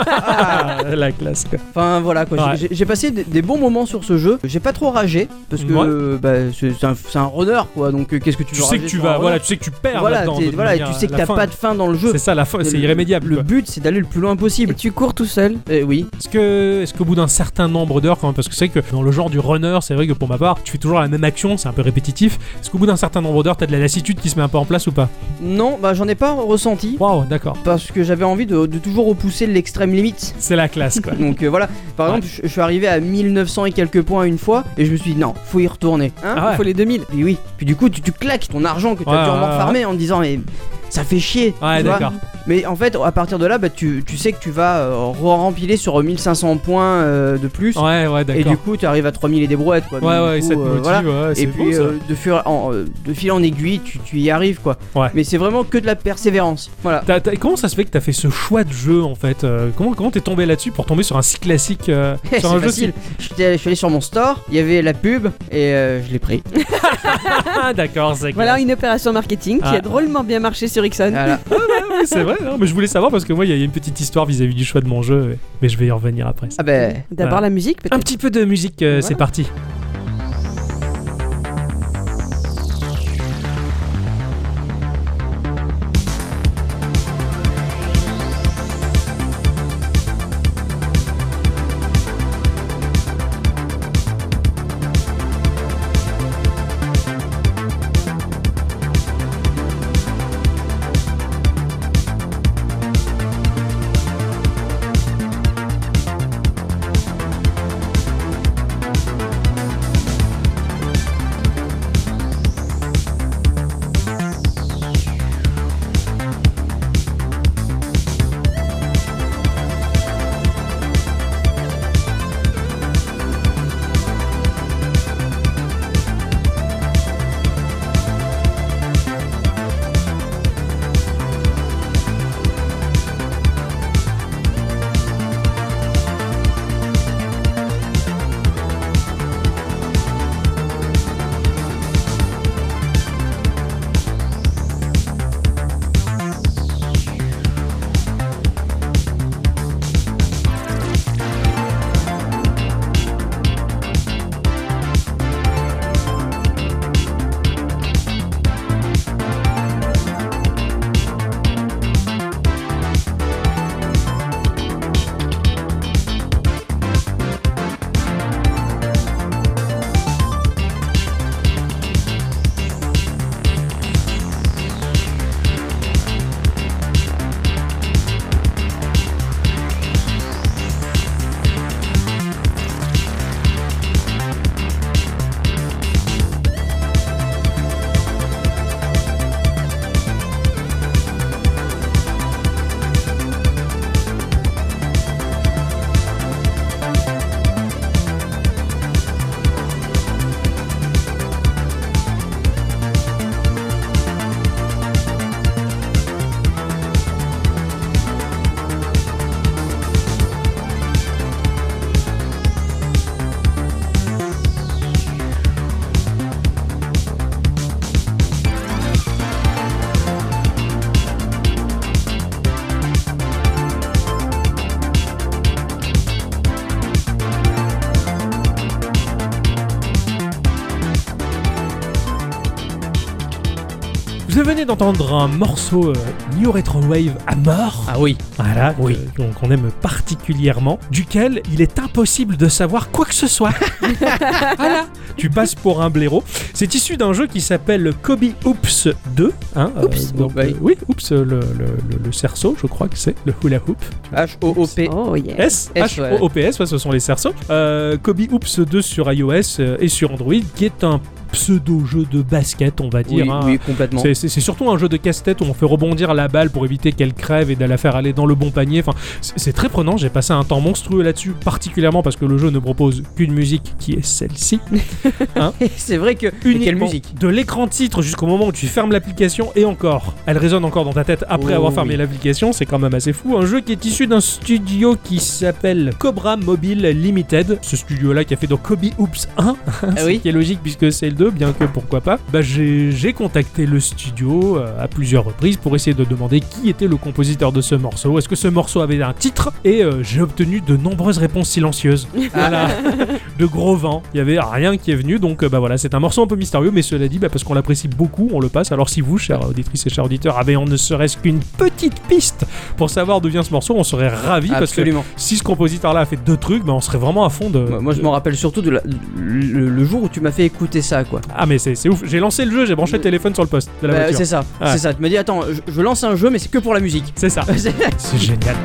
Ah, la classe quoi.
Enfin voilà quoi.
Ouais.
J'ai- J'ai j'ai passé des, des bons moments sur ce jeu. J'ai pas trop ragé parce que
Ouais.
euh, bah, c'est c'est un, c'est un runner quoi. Donc euh, qu'est-ce que tu
Tu
veux
sais
rager
que tu
sur un
vas,
runner
voilà, tu sais que tu perds
Voilà,
là-dedans.
t'es-
de toute
voilà, et tu
manière,
sais que
la
t'as
fin.
pas de fin dans le jeu.
C'est ça la fin, c'est
Le-
irrémédiable.
Le
quoi.
but, c'est d'aller le plus loin
Et
possible.
tu cours tout seul.
Eh oui.
Est-ce que, est-ce qu'au bout d'un certain nombre d'heures, quand même, parce que c'est vrai que dans le genre du runner, c'est vrai que pour ma part, tu fais toujours la même action, c'est un peu répétitif. Est-ce qu'au bout d'un certain nombre d'heures, t'as de la lassitude qui se met un peu en place ou pas
Non, bah j'en ai pas ressenti
Waouh, d'accord.
parce que j'avais envie de, de toujours repousser l'extrême limite.
C'est la classe quoi.
Donc euh, voilà, par
Ouais.
exemple, je, je suis arrivé à 1900 et quelques points une fois, et je me suis dit non, faut y retourner. Hein
Ah ouais.
Il faut les 2000.
Puis oui, puis du coup, tu, tu claques ton argent que tu
Ouais,
as durement
ouais, ouais.
farmé en te disant mais ça fait chier.
Ouais,
tu vois.
d'accord.
Mais en fait, à partir de là, bah, tu, tu sais que tu vas euh, re-rempiler sur 1500 points euh, de plus,
Ouais, ouais,
et du
d'accord.
coup, tu arrives à 3000 et des brouettes quoi.
Ouais,
Donc,
ouais,
du coup,
ça te
euh,
motive.
voilà.
ouais,
Et
c'est
puis
bon, ça.
euh, de, fur- en, euh, de fil en aiguille, tu, tu y arrives quoi.
Ouais.
Mais c'est vraiment que de la persévérance. Voilà.
T'as- t'as- comment ça se fait que t'as fait ce choix de jeu en fait Euh, Comment comment t'es tombé là-dessus pour tomber sur un si classique euh,
C'est
sur un jeu
facile. J'étais- Je suis allé sur mon store, il y avait la pub et euh, je l'ai pris.
si- Ah d'accord, c'est
Voilà
clair.
une opération marketing qui
Ah.
a drôlement bien marché sur Ixon.
Voilà.
Oui, c'est vrai. non, mais je voulais savoir parce que moi il y a- il y a une petite histoire vis-à-vis du choix de mon jeu, mais- mais je vais y revenir après.
Ah ben.
D'abord
Voilà.
la musique, peut-être.
Un petit peu de musique, euh, c'est
Voilà.
parti. venez d'entendre un morceau euh, New Retrowave à mort.
Ah oui.
Voilà, oui. Donc on aime particulièrement, duquel il est impossible de savoir quoi que ce soit. voilà, tu passes pour un blaireau. C'est issu d'un jeu qui s'appelle Kobe Oops 2. hein, euh,
Oops.
donc,
Ouais.
euh, oui, Oops, le, le, le- le cerceau, je crois que c'est, le hula hoop. Ah.
H-O-O-P.
Oh yeah.
S,
S,
H,
ouais.
O, O, P, S, ouais, ce sont les cerceaux. Euh, Kobe Oops 2 sur iOS euh, et sur Android, qui est un pseudo-jeu de basket, on va
Oui,
dire. hein.
oui, complètement.
C'est- C'est c'est surtout un jeu de casse-tête où on fait rebondir la balle pour éviter qu'elle crève et de la faire aller dans le bon panier. Enfin, c'est c'est très prenant. J'ai passé un temps monstrueux là-dessus, particulièrement parce que le jeu ne propose qu'une musique qui est celle-ci.
C'est vrai que. mais
Uniquement
Quelle musique
De l'écran titre jusqu'au moment où tu fermes l'application et encore. Elle résonne encore dans ta tête après
Oh
avoir fermé
oui.
l'application. C'est quand même assez fou. Un jeu qui est issu d'un studio qui s'appelle Cobra Mobile Limited. Ce studio-là qui a fait donc Kobe Oops 1
Ah
ce
oui.
qui est logique puisque c'est le 2, bien que pourquoi pas. Bah, j'ai j'ai contacté le studio euh, à plusieurs reprises pour essayer de demander qui était le compositeur de ce morceau. Est-ce que ce morceau avait un titre Et euh, j'ai obtenu de nombreuses réponses silencieuses. Voilà, de gros vents. Il y avait rien qui est venu, donc euh, bah voilà, c'est un morceau un peu mystérieux, mais cela dit, bah, parce qu'on l'apprécie beaucoup, on le passe. Alors si vous, chères auditrices et chers auditeurs, avez en ne serait-ce qu'une petite piste pour savoir d'où vient ce morceau, on serait ravis parce que
Absolument.
si ce compositeur-là a fait deux trucs, bah, on serait vraiment à fond de.
Moi, moi, je m'en rappelle surtout de la- le, le jour où tu m'as fait écouter ça, quoi.
Ah mais c'est c'est ouf, j'ai lancé le jeu, j'ai branché le téléphone sur le poste de la
Bah,
voiture. Ah.
c'est ça.
Ouais.
C'est ça. Tu me dis, attends, je, je lance un jeu, mais c'est que pour la musique. Ah
C'est ça.
C'est-
C'est génial.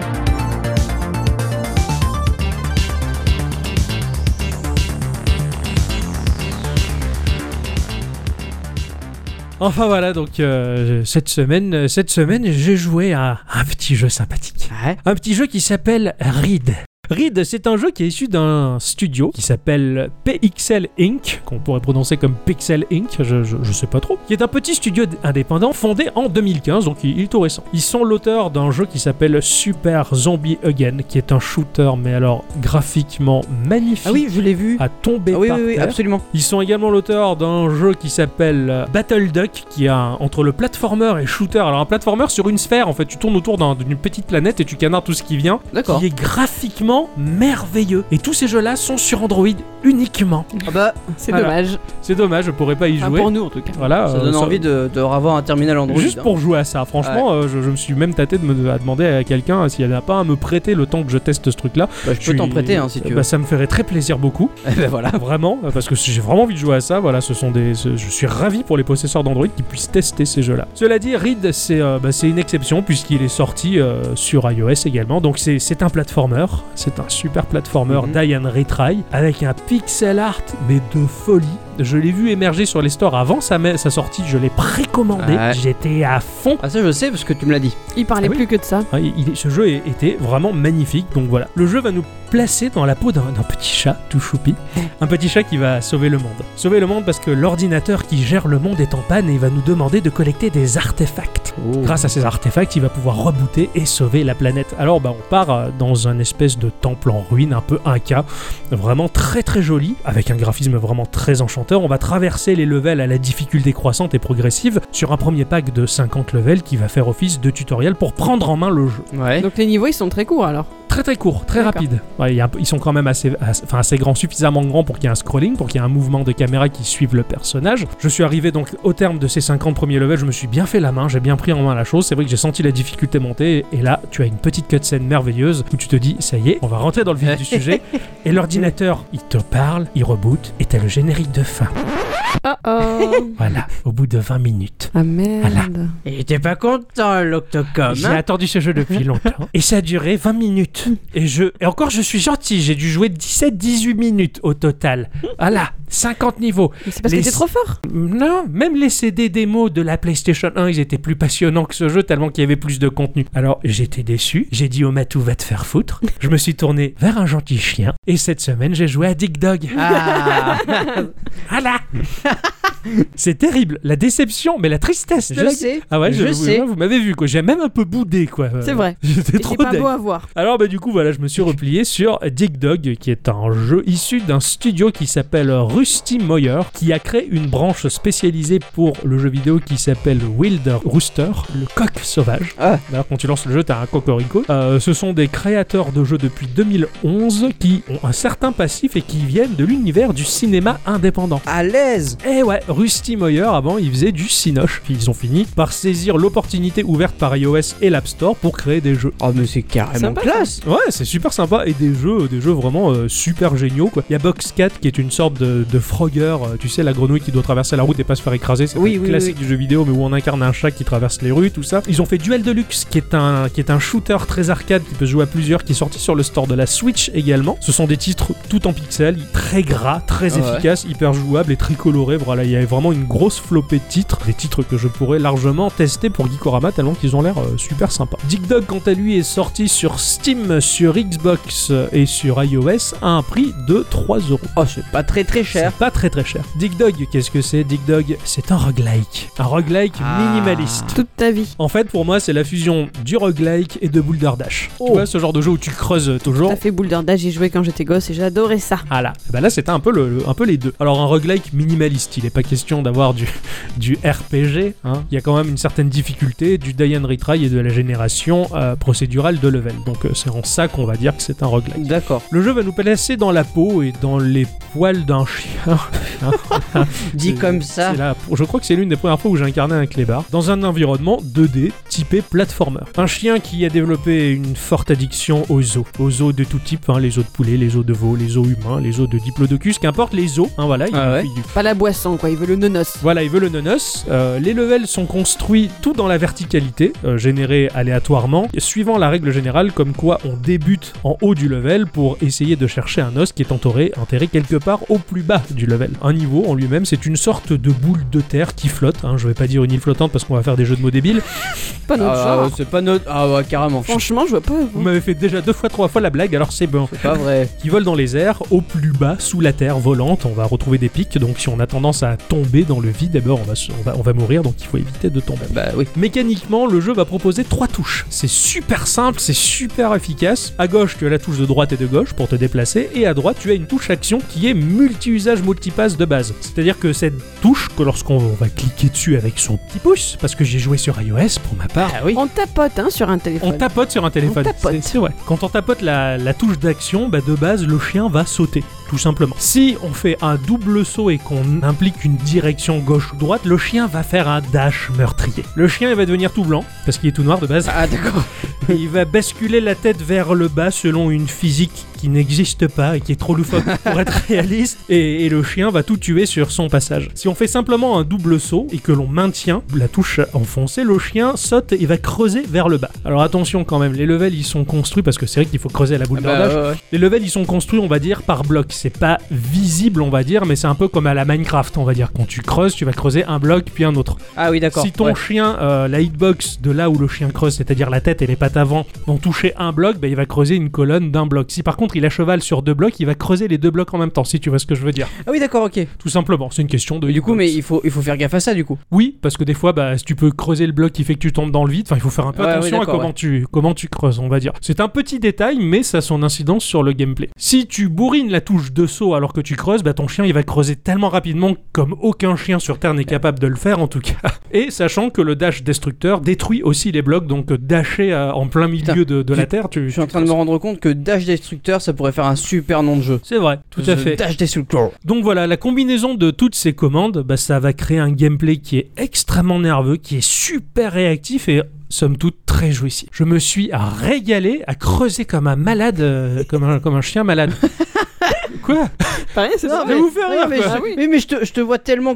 Enfin voilà, donc euh, cette semaine, euh, cette semaine, j'ai joué à un petit jeu sympathique.
Ouais.
Un petit jeu qui s'appelle Reed. Reed, c'est un jeu qui est issu d'un studio qui s'appelle PXL Inc., qu'on pourrait prononcer comme Pixel Inc., je, je, je sais pas trop, qui est un petit studio d- indépendant fondé en 2015, donc il, il est tout récent. Ils sont l'auteur d'un jeu qui s'appelle Super Zombie Again, qui est un shooter, mais alors graphiquement magnifique.
Ah oui, je l'ai vu.
à tomber
Ah oui,
par
oui, oui,
terre.
absolument.
Ils sont également l'auteur d'un jeu qui s'appelle euh, Battle Duck, qui a un- entre le platformer et shooter. Alors un platformer sur une sphère, en fait, tu tournes autour d'un- d'une petite planète et tu canardes tout ce qui vient,
D'accord.
qui est graphiquement merveilleux. Et tous ces jeux-là sont sur Android uniquement.
Ah bah,
C'est
Voilà.
dommage.
C'est dommage, je pourrais pas y
Enfin,
jouer.
pour nous en tout cas.
Voilà,
Ah, ça
euh,
donne envie de, de revoir un terminal Android.
Juste
hein.
pour jouer à ça, franchement, euh, je, je me suis même tâté de me à demander à quelqu'un euh, s'il n'y en a pas à me prêter le temps que je teste ce truc-là.
Bah, je peux
suis-
t'en prêter hein, si tu veux.
Bah, ça me ferait très plaisir beaucoup.
Eh ben voilà.
Ah, vraiment, parce que j'ai vraiment envie de jouer à ça. Voilà, ce sont des, ce- je suis ravi pour les possesseurs d'Android qui puissent tester ces jeux-là. Cela dit, Reed, c'est euh, bah, c'est une exception puisqu'il est sorti euh, sur iOS également. Donc c'est c'est un platformer, c'est un super platformer
Mhm.
Diane Retry avec un pixel art mais de folie. Je l'ai vu émerger sur les stores avant sa, ma- sa sortie. Je l'ai précommandé.
Ouais.
J'étais à fond.
Ah ça je sais parce que tu me l'as dit.
Il parlait
Ah oui.
plus que de ça.
Hein, il- il- ce jeu est- était vraiment magnifique. Donc voilà, le jeu va nous placer dans la peau d'un d'un petit chat tout choupi. Un petit chat qui va sauver le monde. Sauver le monde parce que l'ordinateur qui gère le monde est en panne et il va nous demander de collecter des artefacts.
Oh.
Grâce à ces artefacts, il va pouvoir rebooter et sauver la planète. Alors bah, on part euh, dans un espèce de temple en ruine, un peu inca, vraiment très très joli, avec un graphisme vraiment très enchanteur. On va traverser les levels à la difficulté croissante et progressive sur un premier pack de 50 levels qui va faire office de tutoriel pour prendre en main le jeu
Ouais.
Donc les niveaux ils sont très courts alors.
très très court, très
D'accord.
rapide. Ouais, il y a un peu- ils sont quand même assez, assez- enfin, assez grands, suffisamment grands pour qu'il y ait un scrolling, pour qu'il y ait un mouvement de caméra qui suive le personnage. Je suis arrivé donc au terme de ces 50 premiers levels, je me suis bien fait la main, j'ai bien pris en main la chose. C'est vrai que j'ai senti la difficulté monter, et là tu as une petite cutscene merveilleuse où tu te dis, ça y est, on va rentrer dans le vif du sujet. Et l'ordinateur, il te parle, il reboot, et t'as le générique de fin.
Oh oh.
Voilà, au bout de 20 minutes.
ah merde.
Et t'es pas content l'octocom
J'ai
hein
attendu ce jeu depuis longtemps. Et ça a duré 20 minutes. Et, je... et encore, je suis gentil, j'ai dû jouer 17-18 minutes au total. Voilà, 50 niveaux.
Mais C'est parce
Les-
que t'es trop fort.
Non, même les CD démos de la PlayStation 1, ils étaient plus passionnants que ce jeu, tellement qu'il y avait plus de contenu. Alors, j'étais déçu, j'ai dit au Matou, va te faire foutre. Je me suis tourné vers un gentil chien. Et cette semaine, j'ai joué à Dig Dog.
Ah
Voilà C'est terrible, la déception, mais la tristesse.
Je
la-
sais.
Ah ouais,
je
vous-
sais.
vous m'avez vu, quoi. J'ai même un peu boudé, quoi.
C'est vrai.
J'étais
Et
trop
C'est pas
deg.
beau à voir.
Alors bah, du coup, voilà, je me suis replié sur Dig Dog, qui est un jeu issu d'un studio qui s'appelle Rusty Moyer, qui a créé une branche spécialisée pour le jeu vidéo qui s'appelle Wild Rooster, le coq sauvage.
Ah.
D'ailleurs, quand tu lances le jeu, t'as un cocorico. Euh, ce sont des créateurs de jeux depuis 2011 qui ont un certain passif et qui viennent de l'univers du cinéma indépendant.
À l'aise
Eh ouais, Rusty Moyer, avant, il faisait du cinoche. Puis ils ont fini par saisir l'opportunité ouverte par iOS et l'App Store pour créer des jeux.
Oh, mais c'est carrément
Sympa,
classe
Ouais, c'est super sympa et des jeux, des jeux vraiment euh, super géniaux quoi. Il y a Boxcat qui est une sorte de, de Frogger, euh, tu sais la grenouille qui doit traverser la route et pas se faire écraser, c'est
Oui,
un
oui,
classique du jeu vidéo mais où on incarne un chat qui traverse les rues, tout ça. Ils ont fait Duel Deluxe qui est un qui est un shooter très arcade qui peut se jouer à plusieurs qui est sorti sur le store de la Switch également. Ce sont des titres tout en pixels, très gras, très
Ah ouais.
efficaces, hyper jouables et très colorés. Voilà, il y a vraiment une grosse flopée de titres, des titres que je pourrais largement tester pour Geekorama tellement qu'ils ont l'air euh, super sympas. Dig Dog quant à lui est sorti sur Steam, sur Xbox et sur iOS à un prix de 3 euros.
Oh, c'est pas très très cher.
C'est pas très très cher. Dig Dog, qu'est-ce que c'est Dig Dog, c'est un roguelike. Un roguelike
Ah.
minimaliste.
Toute ta vie.
En fait, pour moi, c'est la fusion du roguelike et de Boulder Dash. Tu
Oh.
vois, ce genre de jeu où tu creuses toujours.
T'as fait Boulder Dash, j'y jouais quand j'étais gosse et j'adorais ça.
Ah là, bah là c'était un peu, le, le- un peu les deux. Alors un roguelike minimaliste, il n'est pas question d'avoir du, du RPG, hein. il y a quand même une certaine difficulté, du die and retry et de la génération euh, procédurale de level. Donc euh, c'est en ça qu'on va dire que c'est un roguelike.
D'accord.
Le jeu va nous placer dans la peau et dans les poils d'un chien.
Dit
C'est-
comme ça.
C'est la- je crois que c'est l'une des premières fois où j'ai incarné un clébard dans un environnement 2D typé platformer. Un chien qui a développé une forte addiction aux os, aux os de tout type, hein, les os de poulet, les os de veau, les os humains, les os de diplodocus, qu'importe les os. Hein, voilà, il-
Ah ouais.
il-
Pas la boisson, quoi, il veut le nonos.
voilà, il veut le nonos. Euh, les levels sont construits tout dans la verticalité, euh, générés aléatoirement, suivant la règle générale comme quoi on débute en haut du level pour essayer de chercher un os qui est enterré, enterré quelque part au plus bas du level. Un niveau en lui-même, c'est une sorte de boule de terre qui flotte. Hein, je vais pas dire une île flottante parce qu'on va faire des jeux de mots débiles.
Pas notre
Ah,
genre.
ouais, c'est pas notre. Ah ouais, carrément.
Franchement, je vois pas.
Vous m'avez fait déjà deux fois, trois fois la blague, alors c'est bon.
C'est pas vrai.
qui volent dans les airs, au plus bas, sous la terre volante. On va retrouver des pics, donc si on a tendance à tomber dans le vide, d'abord on va, se- on, va, on va mourir, donc il faut éviter de tomber.
Bah oui.
Mécaniquement, le jeu va proposer trois touches. C'est super simple, c'est super efficace. À gauche, tu as la touche de droite et de gauche pour te déplacer, et à droite, tu as une touche action qui est multi-usage, multi-pass de base. C'est-à-dire que cette touche, que lorsqu'on va cliquer dessus avec son petit pouce, parce que j'ai joué sur iOS pour ma part,
oui.
On tapote hein, sur un téléphone.
on tapote sur un téléphone.
On tapote.
C'est- c'est vrai. Quand on tapote la, la touche d'action, bah de base, le chien va sauter, tout simplement. Si on fait un double saut et qu'on implique une direction gauche ou droite, le chien va faire un dash meurtrier. Le chien, il va devenir tout blanc, parce qu'il est tout noir de base,
Ah d'accord.
et il va basculer la tête vers le bas selon une physique qui n'existe pas et qui est trop loufoque pour être réaliste, et, et le chien va tout tuer sur son passage. Si on fait simplement un double saut et que l'on maintient la touche enfoncée, le chien saute et va creuser vers le bas. Alors attention quand même, les levels ils sont construits parce que c'est vrai qu'il faut creuser à la boule
Ah,
de
bah,
rodage.
ouais, ouais.
Les levels ils sont construits on va dire par bloc, c'est pas visible on va dire, mais c'est un peu comme à la Minecraft on va dire. Quand tu creuses, tu vas creuser un bloc puis un autre.
Ah oui, d'accord.
Si ton
Ouais.
chien, euh, la hitbox de là où le chien creuse, c'est-à-dire la tête et les pattes avant, vont toucher un bloc, bah, il va creuser une colonne d'un bloc. Si par contre il a cheval sur deux blocs, il va creuser les deux blocs en même temps, si tu vois ce que je veux dire.
Ah oui, d'accord, ok.
Tout simplement, c'est une question de.
Du coup,
hitbox.
mais il faut, il faut faire gaffe à ça, du coup.
Oui, parce que des fois, bah, si tu peux creuser le bloc qui fait que tu tombes dans le vide, enfin, il faut faire un peu
Ouais,
attention
oui,
à
d'accord,
comment, tu, comment tu creuses, on va dire. C'est un petit détail, mais ça a son incidence sur le gameplay. Si tu bourrines la touche de saut alors que tu creuses, bah, ton chien, il va creuser tellement rapidement comme aucun chien sur Terre n'est capable de le faire, en tout cas. Et sachant que le dash destructeur détruit aussi les blocs, donc euh, dasher euh, en plein
Putain,
milieu de, de la Terre, tu...
Je suis en train de me rendre compte que Dash Destructor, ça pourrait faire un super nom de jeu.
C'est vrai, tout à
The
fait.
Dash Destructor.
Donc voilà, la combinaison de toutes ces commandes, bah, ça va créer un gameplay qui est extrêmement nerveux, qui est super réactif et somme toute très jouissif. Je me suis régalé à creuser comme un malade, euh, comme, un, comme un chien malade. Quoi
Pareil, c'est ça.
mais- vous faire rire,
mais,
quoi.
je-
Ah oui.
oui, mais je te, je te vois tellement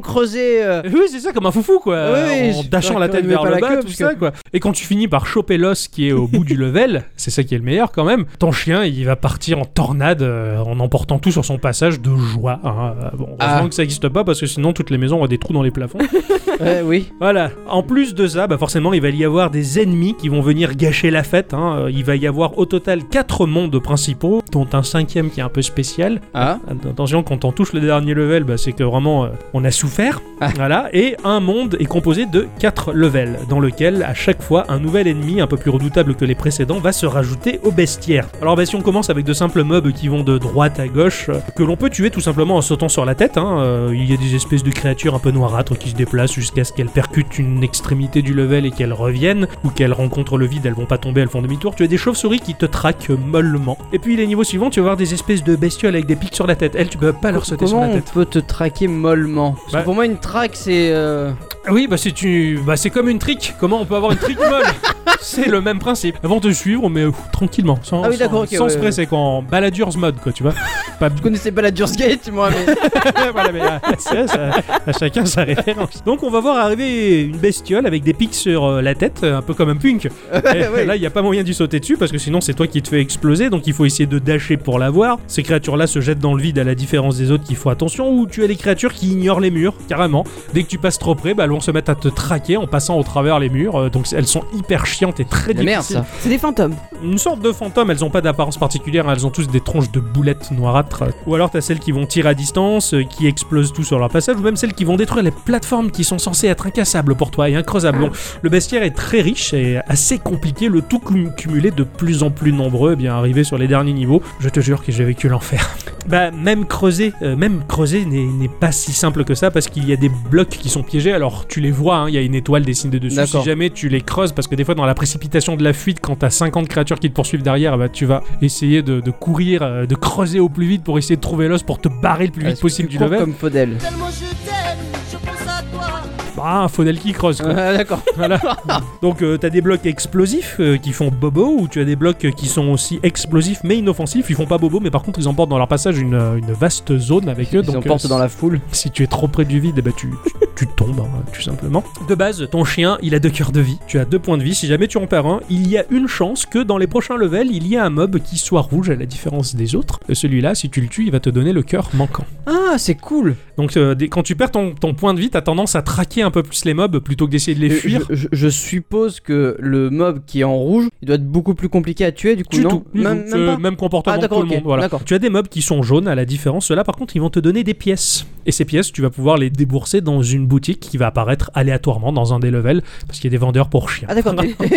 creuser. euh,
Oui, c'est ça, comme un foufou, quoi.
Oui,
en
je-
dachant la
je
tête
mets
vers
pas
le
la
bas,
queue,
tout
parce
ça,
que-
quoi. Et quand tu finis par choper l'os qui est au bout du level, c'est ça qui est le meilleur quand même, ton chien, il va partir en tornade euh, en emportant tout sur son passage de joie. hein. Euh, Bon, heureusement
Ah.
que ça n'existe pas, parce que sinon, toutes les maisons ont des trous dans les plafonds.
ouais, oui.
Voilà. En plus de ça, bah forcément, il va y avoir des ennemis qui vont venir gâcher la fête. hein. Euh, Il va y avoir au total quatre mondes principaux, dont un cinquième qui est un peu spécial.
Ah.
Attention, quand on touche le dernier level, bah, c'est que vraiment euh, on a souffert.
Ah.
Voilà. Et un monde est composé de 4 levels, dans lequel à chaque fois un nouvel ennemi, un peu plus redoutable que les précédents, va se rajouter au bestiaire. Alors bah, si on commence avec de simples mobs qui vont de droite à gauche, euh, que l'on peut tuer tout simplement en sautant sur la tête, hein, euh, il y a des espèces de créatures un peu noirâtres qui se déplacent jusqu'à ce qu'elles percutent une extrémité du level et qu'elles reviennent, ou qu'elles rencontrent le vide, elles vont pas tomber, elles font demi-tour. Tu as des chauves-souris qui te traquent mollement. Et puis les niveaux suivants, tu vas voir des espèces de bestioles avec des pics sur la tête. Elles, tu peux pas leur sauter sur
Comment
la
on
tête.
peut te traquer mollement Parce que
Bah-
pour moi, une traque, c'est. euh,
Oui, bah c'est tu, bah c'est comme une trick. Comment on peut avoir une trick molle C'est le même principe. Avant de suivre, mais pff, tranquillement, sans,
Ah oui,
sans,
d'accord, ok,
sans
ouais,
se
ouais.
presser, quoi, en baladur's mode, quoi, tu vois. Pas
Je connaissais pas la Gate, moi, mais.
voilà, mais à, ça, ça- à chacun sa référence. Donc on va voir arriver une bestiole avec des pics sur euh, la tête, euh, un peu comme un punk. Et
ouais.
Là, il n'y a pas moyen d'y sauter dessus parce que sinon c'est toi qui te fais exploser, donc il faut essayer de dasher pour l'avoir. Ces créatures-là se jettent dans le vide à la différence des autres qui font attention, ou tu as les créatures qui ignorent les murs, carrément. Dès que tu passes trop près, bah, elles vont se mettre à te traquer en passant au travers les murs, euh, donc elles sont hyper chiantes et très
La merde,
difficiles
ça.
C'est des fantômes.
une sorte de fantôme, elles ont pas d'apparence particulière, hein. elles ont tous des tronches de boulettes noirâtres. Ou alors t'as celles qui vont tirer à distance, euh, qui explosent tout sur leur passage, ou même celles qui vont détruire les plateformes qui sont censées être incassables pour toi et increusables. Donc, le bestiaire est très riche et assez compliqué, le tout cum- cumulé de plus en plus nombreux, eh bien arrivé sur les derniers niveaux. Je te jure que j'ai vécu l'enfer. Bah même creuser, euh, même creuser n'est n'est pas si simple que ça parce qu'il y a des blocs qui sont piégés. Alors tu les vois, hein, il y a une étoile dessinée dessus. Si
D'accord.
jamais tu les creuses, parce que des fois dans la précipitation de la fuite, quand t'as 50 créatures qui te poursuivent derrière, bah, tu vas essayer de, de courir, euh, de creuser au plus vite pour essayer de trouver l'os pour te barrer le plus
Ah,
vite
c'est
possible du
plus court
level.
Comme Faudel.
Tellement je t'aime, je pense à toi.
Bah un faunel qui creuse. Quoi.
Ah, D'accord.
Voilà. Donc euh, t'as des blocs explosifs euh, qui font bobo ou tu as des blocs euh, qui sont aussi explosifs mais inoffensifs. Ils font pas bobo mais par contre ils emportent dans leur passage une, euh, une vaste zone avec eux.
Ils
donc,
en
euh,
portent dans la foule.
si tu es trop près du vide, eh ben, tu, tu, tu tombes, hein, tout simplement. De base, ton chien, il a deux cœurs de vie. Tu as deux points de vie. Si jamais tu en perds un, il y a une chance que dans les prochains levels, il y ait un mob qui soit rouge à la différence des autres. Et Celui-là, si tu le tues, il va te donner le cœur manquant.
Ah, c'est cool.
Donc, euh, dès- quand tu perds ton, ton point de vie, t'as tendance à traquer un peu plus les mobs plutôt que d'essayer de les
Euh, Je-
fuir.
Je, je- je suppose que le mob qui est en rouge, il doit être beaucoup plus compliqué à tuer, du coup,
Du
non
tout, du
Même,
tout.
même
Euh,
pas
même comportement
Ah,
de
d'accord,
tout le
ok,
monde. Voilà.
d'accord.
Tu as des mobs qui sont jaunes à la différence. Ceux-là, par contre, ils vont te donner des pièces. Et ces pièces, tu vas pouvoir les débourser dans une boutique qui va apparaître aléatoirement dans un des levels parce qu'il y a des vendeurs pour chiens.
Ah, d'accord.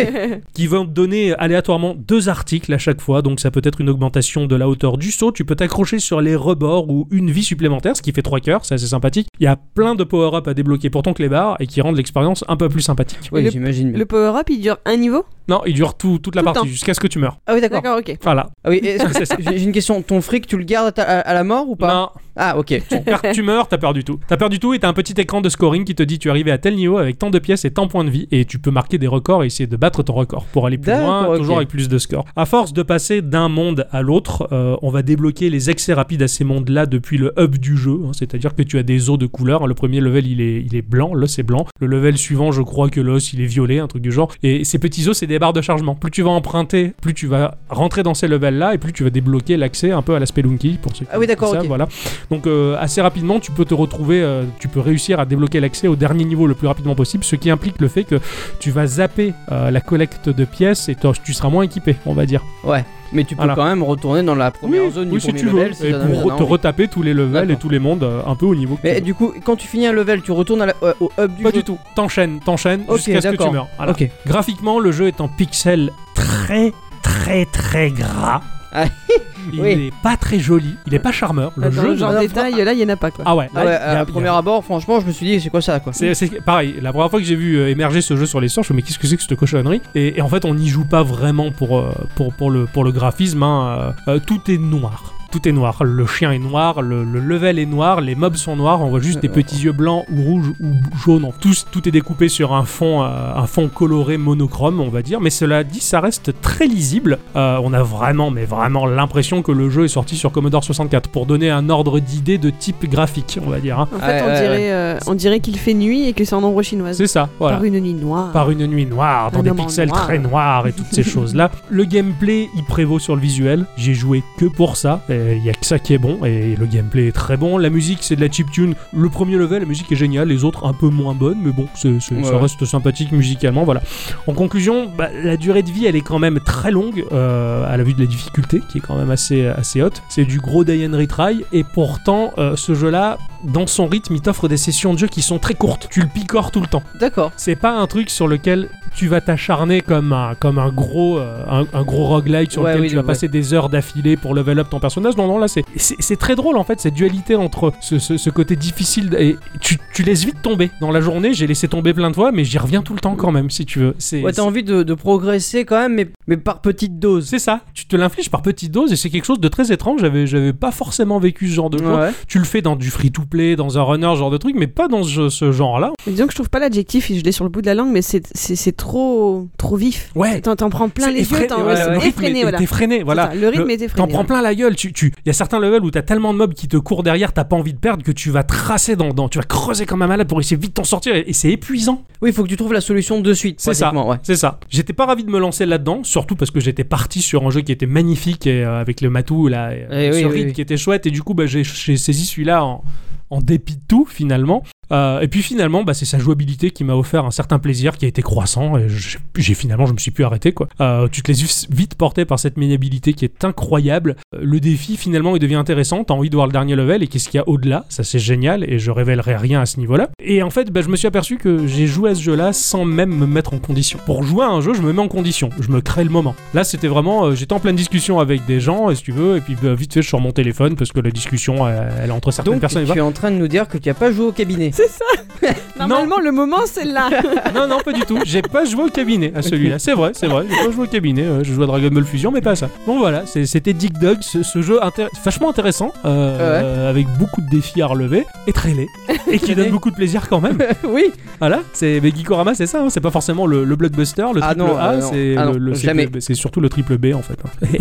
qui vont te donner aléatoirement deux articles à chaque fois. Donc ça peut être une augmentation de la hauteur du saut. Tu peux t'accrocher sur les rebords ou une vie supplémentaire, ce qui fait trois cœurs. C'est assez sympathique. Il y a plein de power-up à débloquer pour ton clébard et qui rendent l'expérience un peu plus sympathique.
oui,
le-
j'imagine. bien.
Le power-up, il dure un niveau
Non, il dure tout- toute la
Tout le
partie
temps.
jusqu'à ce que tu meurs.
Ah oui, d'accord.
D'accord, ok.
Voilà.
Ah oui, est-ce que-
C'est ça.
j'ai j'ai une question. Ton fric, tu le gardes à, ta- à- à la mort ou pas
Non,
Ah, ok.
Car tu meurs, t'as perdu tout. T'as perdu tout et t'as un petit écran de scoring qui te dit tu es arrivé à tel niveau avec tant de pièces et tant de points de vie et tu peux marquer des records et essayer de battre ton record pour aller plus loin,
D'accord, ok.
toujours avec plus de scores. À force de passer d'un monde à l'autre, euh, on va débloquer les accès rapides à ces mondes-là depuis le hub du jeu. hein. C'est-à-dire que tu as des os de couleur. hein. Le premier level il est, il est blanc, l'os est blanc. Le level suivant, je crois que l'os il est violet, un truc du genre. Et ces petits os, c'est des barres de chargement. Plus tu vas emprunter, plus tu vas rentrer dans ces levels-là et plus tu vas débloquer l'accès un peu à la Spelunky pour ceux qui
Ah oui, d'accord,
savent,
ok.
voilà. Donc euh, assez rapidement, tu peux te retrouver, euh, tu peux réussir à débloquer l'accès au dernier niveau le plus rapidement possible, ce qui implique le fait que tu vas zapper euh, la collecte de pièces et t'en- tu seras moins équipé, on va dire.
Ouais. Mais tu peux
Voilà.
quand même retourner dans la première zone du
si
premier
tu veux,
level. si
et
ça donne-
pour
non,
te
oui.
retaper tous les levels et
D'accord.
tous les mondes euh, un peu au niveau. que
Mais
tu veux.
du coup, quand tu finis un level, tu retournes à la- euh, au hub du
Pas
jeu.
du tout. T'enchaînes, t'enchaînes
Ok,
jusqu'à ce que tu
d'accord.
meurs. Voilà.
Ok.
Graphiquement, le jeu est en pixels très très très gras.
Ah,
il
oui.
est pas très joli, il est pas charmeur. Le
Attends,
jeu,
genre
non.
détail, là, il y en a pas, quoi.
ah ouais, là,
Ah ouais,
il y a-
à
il y a-
premier abord, franchement, je me suis dit, c'est quoi ça, quoi
C'est, c'est pareil, la première fois que j'ai vu euh, émerger ce jeu sur les sorts, je me suis dit, mais qu'est-ce que c'est que cette cochonnerie et, et en fait, on n'y joue pas vraiment pour, euh, pour, pour, le, pour le graphisme. hein, euh, euh, tout est noir. Tout est noir. Le chien est noir, le, le level est noir, les mobs sont noirs, on voit juste des petits yeux blancs ou rouges ou b- jaunes. Tous, tout est découpé sur un fond, euh, un fond coloré monochrome, on va dire. Mais cela dit, ça reste très lisible. Euh, on a vraiment, mais vraiment l'impression que le jeu est sorti sur Commodore 64 pour donner un ordre d'idée de type graphique, on va dire. hein.
En
Ah
fait,
ouais,
on,
ouais,
dirait, euh, on dirait qu'il fait nuit et que c'est en ombre chinoise.
C'est ça, voilà.
Par une nuit noire.
par une nuit noire, dans
Un
des
homme en
pixels
noir.
très noirs et toutes ces choses-là. Le gameplay, il prévaut sur le visuel. J'ai joué que pour ça. Et c'est il y a que ça qui est bon et le gameplay est très bon. La musique c'est de la chip tune. Le premier level, la musique est géniale, les autres un peu moins bonnes, mais bon, c'est- c'est- ça
Ouais.
reste sympathique musicalement. Voilà. En conclusion, bah, la durée de vie elle est quand même très longue euh, à la vue de la difficulté qui est quand même assez assez haute. C'est du gros die and retry et pourtant euh, ce jeu-là, dans son rythme, il t'offre des sessions de jeu qui sont très courtes. Tu le picores tout le temps.
D'accord.
C'est pas un truc sur lequel tu vas t'acharner comme un, comme un gros, euh, un, un gros roguelike sur
Ouais,
lequel
oui,
tu vas
ouais.
passer des heures d'affilée pour level up ton personnage. Non, non, là c'est- c'est c'est très drôle en fait cette dualité entre ce, ce- ce côté difficile et tu, tu laisses vite tomber. Dans la journée, j'ai laissé tomber plein de fois, mais j'y reviens tout le temps quand même si tu veux. C'est
Ouais, t'as envie de, de progresser quand même, mais, mais par petite dose.
c'est ça, tu te l'infliges par petites doses et c'est quelque chose de très étrange. J'avais j'avais pas forcément vécu ce genre de choses.
Ouais.
Tu le fais dans du free to play, dans un runner, ce genre de truc, mais pas dans ce- ce genre là.
Mais disons que je trouve pas l'adjectif, je l'ai sur le bout de la langue, mais c'est- c'est c'est trop, trop vif.
Ouais,
T'en t'en prends plein
C'est
les yeux,
effréné,
t'en
ouais,
ouais,
le
c'est
rythme
effréné,
est-
voilà.
est effréné, voilà.
C'est ça, le rythme est effréné,
T'en prends
ouais.
plein la gueule. Tu, tu, il y a certains levels où t'as tellement de mobs qui te courent derrière, t'as pas envie de perdre que tu vas tracer dans, dans tu vas creuser comme un malade pour essayer vite de t'en sortir et, et c'est épuisant.
Oui, il faut que tu trouves la solution de suite.
C'est ça.
pratiquement, Ouais.
C'est ça. J'étais pas ravi de me lancer là-dedans, surtout parce que j'étais parti sur un jeu qui était magnifique et, euh, avec le matou là, et, euh,
Eh oui,
ce
oui,
rythme
oui.
qui était chouette et du coup bah, j'ai j'ai saisi celui-là en, en dépit de tout finalement. Euh, et puis finalement, bah, c'est sa jouabilité qui m'a offert un certain plaisir qui a été croissant. Et j'ai j'ai- finalement, je me suis plus arrêté quoi. Euh, tu te laisses vite porter par cette maniabilité qui est incroyable. Euh, le défi finalement, il devient intéressant. T'as envie de voir le dernier level et qu'est-ce qu'il y a au-delà. Ça c'est génial et je révélerai rien à ce niveau-là. Et en fait, bah, je me suis aperçu que j'ai joué à ce jeu-là sans même me mettre en condition. Pour jouer à un jeu, je me mets en condition. Je me crée le moment. Là, c'était vraiment, euh, j'étais en pleine discussion avec des gens, et si tu veux, et puis bah, vite fait, je suis sur mon téléphone parce que la discussion, elle, elle est entre certaines
Donc, tu
personnes. et pas.
es en train de nous dire que tu as pas joué au cabinet.
C'est ça Normalement, le moment, c'est là
Non, non, pas du tout. J'ai pas joué au cabinet à celui-là. C'est vrai, c'est vrai. J'ai pas joué au cabinet. Euh, Je joue à Dragon Ball Fusion, mais pas à ça. Bon, voilà. c'est- C'était Dick Dog, ce, ce jeu intér- vachement intéressant, euh,
Ouais.
euh, avec beaucoup de défis à relever, et très laid, et qui donne beaucoup de plaisir quand même.
oui.
Voilà. C'est mais Gikorama, c'est ça. hein, c'est pas forcément le, le blockbuster, le triple
Ah non,
A.
euh, non.
c'est
Ah
le-
non,
le- c'est
jamais.
le- C'est surtout le triple B en fait. hein.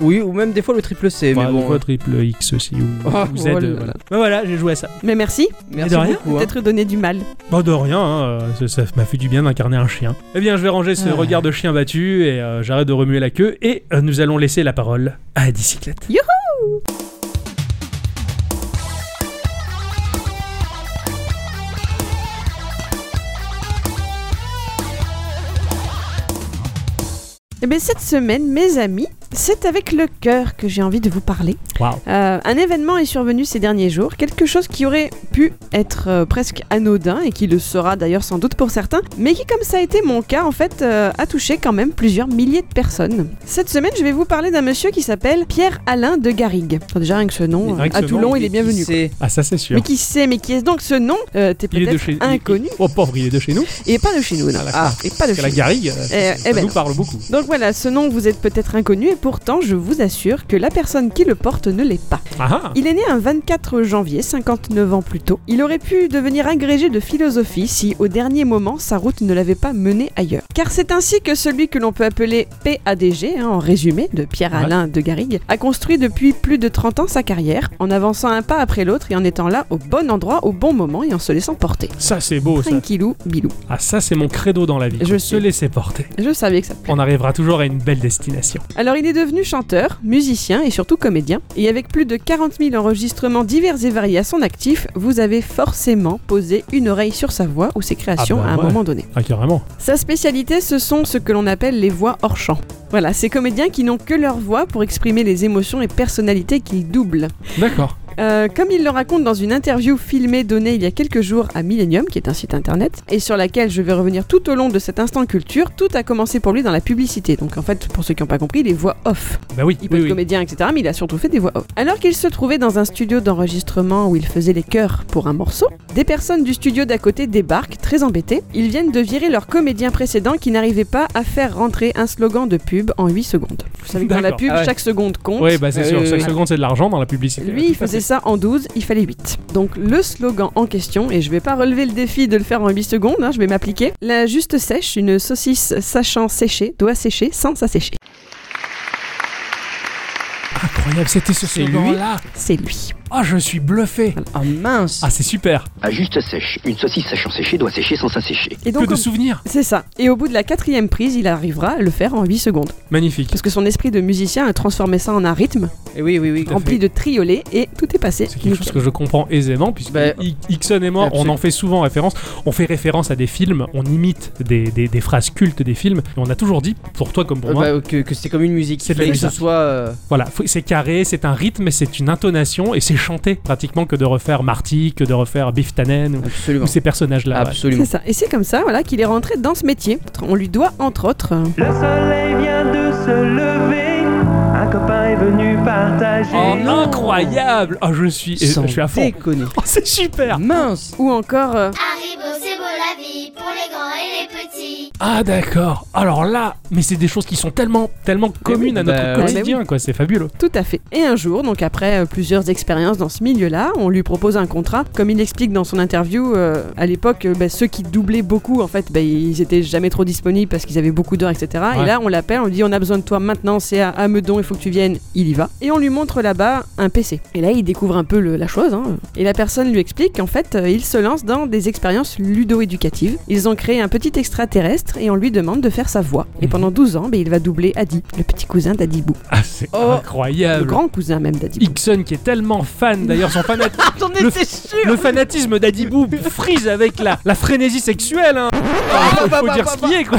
Oui, ou même des fois le triple C.
Enfin,
mais
des
bon.
fois, triple X aussi ou,
Ah,
ou Z.
voilà.
euh, voilà. Mais voilà, j'ai joué à ça.
Mais merci,
Merci
de rien.
beaucoup. hein.
peut-être donner du mal.
Bah de rien, hein, euh, ça- ça m'a fait du bien d'incarner un chien. Eh bien, je vais ranger ce
Ah.
regard de chien battu et euh, j'arrête de remuer la queue et euh, nous allons laisser la parole à la bicyclette.
Et Eh bien cette semaine, mes amis, c'est avec le cœur que j'ai envie de vous parler.
Waouh.
Euh, un événement est survenu ces derniers jours, quelque chose qui aurait pu être euh, presque anodin et qui le sera d'ailleurs sans doute pour certains, mais qui comme ça a été mon cas en fait euh, a touché quand même plusieurs milliers de personnes. Cette semaine je vais vous parler d'un monsieur qui s'appelle Pierre-Alain de Garrigue. Enfin, déjà rien que ce nom,
Rien
euh,
que
à
ce
Toulon
nom,
il est bienvenu. quoi.
C'est-
Ah ça c'est sûr.
Mais qui sait, mais qui est-ce donc ce nom Euh, T'es
Il est de
peut-être
chez il-
inconnu.
il- Oh pauvre, il est de chez nous.
Il est pas de chez nous, non.
Ah, d'accord.
Ah, il est pas
Parce
de
que
chez
la
nous.
garrigue, euh,
Eh,
ça
eh ben.
nous parle beaucoup.
Donc voilà, ce nom vous êtes peut-être inconnu et pourtant je vous assure que la personne qui le porte ne l'est pas.
Ah ah.
Il est né un 24 janvier, 59 ans plus tôt. Il aurait pu devenir agrégé de philosophie si, au dernier moment, sa route ne l'avait pas mené ailleurs. Car c'est ainsi que celui que l'on peut appeler PADG, hein, en résumé, de Pierre-Alain de Garrigue, a construit depuis plus de 30 ans sa carrière, en avançant un pas après l'autre et en étant là au bon endroit, au bon moment et en se laissant porter.
Ça c'est beau ça.
Tranquillou, bilou.
Ah ça c'est mon credo dans la vie. se
Je sais.
laisser porter.
Je savais que ça
On arrivera toujours à une belle destination.
Alors il est devenu chanteur, musicien et surtout comédien. Et avec plus de 40 000 enregistrements divers et variés à son actif, vous avez forcément posé une oreille sur sa voix ou ses créations
Ah bah
à un
ouais.
moment donné.
Ah carrément.
Sa spécialité, ce sont ce que l'on appelle les voix hors champ. Voilà, ces comédiens qui n'ont que leur voix pour exprimer les émotions et personnalités qu'ils doublent.
D'accord.
Euh, comme il le raconte dans une interview filmée donnée il y a quelques jours à Millennium, qui est un site internet, et sur laquelle je vais revenir tout au long de cet instant culture, tout a commencé pour lui dans la publicité. Donc en fait, pour ceux qui n'ont pas compris, les voix off.
Bah oui.
Il peut
oui,
être
oui.
comédien, etc. Mais il a surtout fait des voix off. Alors qu'il se trouvait dans un studio d'enregistrement où il faisait les chœurs pour un morceau, des personnes du studio d'à côté débarquent, très embêtées. Ils viennent de virer leur comédien précédent qui n'arrivait pas à faire rentrer un slogan de pub en 8 secondes. Vous savez que dans la
D'accord.
pub,
Ah ouais.
chaque seconde compte.
Oui, bah c'est
Ah,
sûr.
oui,
Chaque
oui.
seconde c'est de l'argent dans la publicité.
Euh, Lui, il faisait ça en 12, il fallait 8. Donc le slogan en question, et je vais pas relever le défi de le faire en 8 secondes, hein, je vais m'appliquer. La juste sèche, une saucisse sachant sécher, doit sécher sans s'assécher.
Incroyable. C'était ce
C'est lui
slogan là.
C'est lui.
Ah, je suis bluffé.
Ah mince
Ah, c'est super.
À juste sèche, une saucisse sachant sécher doit sécher sans s'assécher.
Et
Que
donc,
de
au-
souvenirs.
c'est ça. Et au bout de la quatrième prise, il arrivera à le faire en 8 secondes.
Magnifique.
Parce que son esprit de musicien a transformé ça en un rythme
Eh Oui, oui, oui.
Tout à
rempli
fait.
de triolets et tout est passé.
C'est quelque
Nickel.
chose que je comprends aisément, puisque
Bah,
I- Ixon et moi, on
absolument.
en fait souvent référence. On fait référence à des films, on imite des, des- des phrases cultes des films, et on a toujours dit, pour toi comme pour
Euh,
moi,
bah, que, que c'est comme une musique.
C'est
C'est
de la
que ce
musique.
soit. euh,
voilà, faut- c'est carré, c'est un rythme, c'est une intonation, et c'est chanté pratiquement que de refaire Marty, que de refaire Biff Tannen, ou,
absolument.
ou ces personnages-là. ouais.
Absolument.
C'est ça. Et c'est comme ça voilà, qu'il est rentré dans ce métier. On lui doit, entre autres, euh,
Le soleil vient de se lever, un copain est venu partager.
Oh, incroyable Ah, je suis, et-
Sans
je suis à fond.
déconner.
Oh, c'est super
Mince
ou encore euh,
Haribo, c'est beau la vie pour les grands et les petits.
Ah d'accord. Alors là, mais c'est des choses qui sont tellement, tellement communes à notre
Bah,
ouais.
quotidien, quoi. C'est fabuleux.
Tout à fait. Et un jour, donc après euh, plusieurs expériences dans ce milieu-là, on lui propose un contrat. Comme il explique dans son interview, euh, à l'époque, euh, bah, ceux qui doublaient beaucoup, en fait, bah, ils étaient jamais trop disponibles parce qu'ils avaient beaucoup d'heures, etc.
Ouais.
Et là, on l'appelle, on lui dit on a besoin de toi maintenant, c'est à, à Meudon, il faut que tu viennes. Il y va. Et on lui montre là-bas un PC. Et là, il découvre un peu le- la chose. hein. Et la personne lui explique qu'en fait, euh, il se lance dans des expériences ludo-éducatives. Ils ont créé un petit extraterrestre et on lui demande de faire sa voix. Et
Mhm.
pendant 12 ans, bah, il va doubler Adi, le petit cousin d'Adibou.
Ah, c'est
Oh,
Le
incroyable.
grand cousin même d'Adibou.
Ixon qui est tellement fan d'ailleurs son fanat-
J'en
Le-
étais sûr
le fanatisme d'Adibou frise avec la, la frénésie sexuelle hein. faut,
bah,
faut
bah,
dire
bah,
ce qui est quoi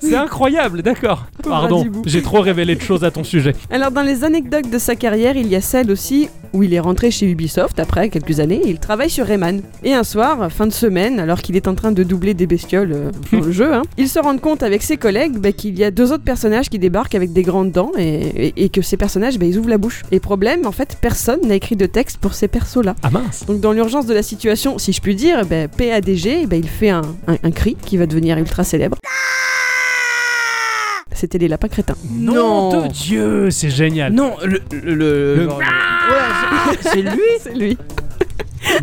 c'est incroyable d'accord
Pauvre
pardon
Adibou.
j'ai trop révélé de choses à ton sujet
Alors dans les anecdotes de sa carrière, il y a celle aussi où il est rentré chez Ubisoft après quelques années et il travaille sur Rayman. Et un soir, fin de semaine, alors qu'il est en train de doubler des bestioles euh, dans le jeu, hein, il se rend compte avec ses collègues bah, qu'il y a deux autres personnages qui débarquent avec des grandes dents et, et- et que ces personnages, bah, ils ouvrent la bouche. Et problème, en fait, personne n'a écrit de texte pour ces persos-là.
ah mince
Donc dans l'urgence de la situation, si je puis dire, ben, PADG, ben, il fait un, un- un cri qui va devenir ultra célèbre. C'était les lapins crétins.
nom
Non.
de Dieu c'est génial
Non, le. Le. le-
Le-
genre, le- Ouais, c'est- c'est lui
Ah C'est lui.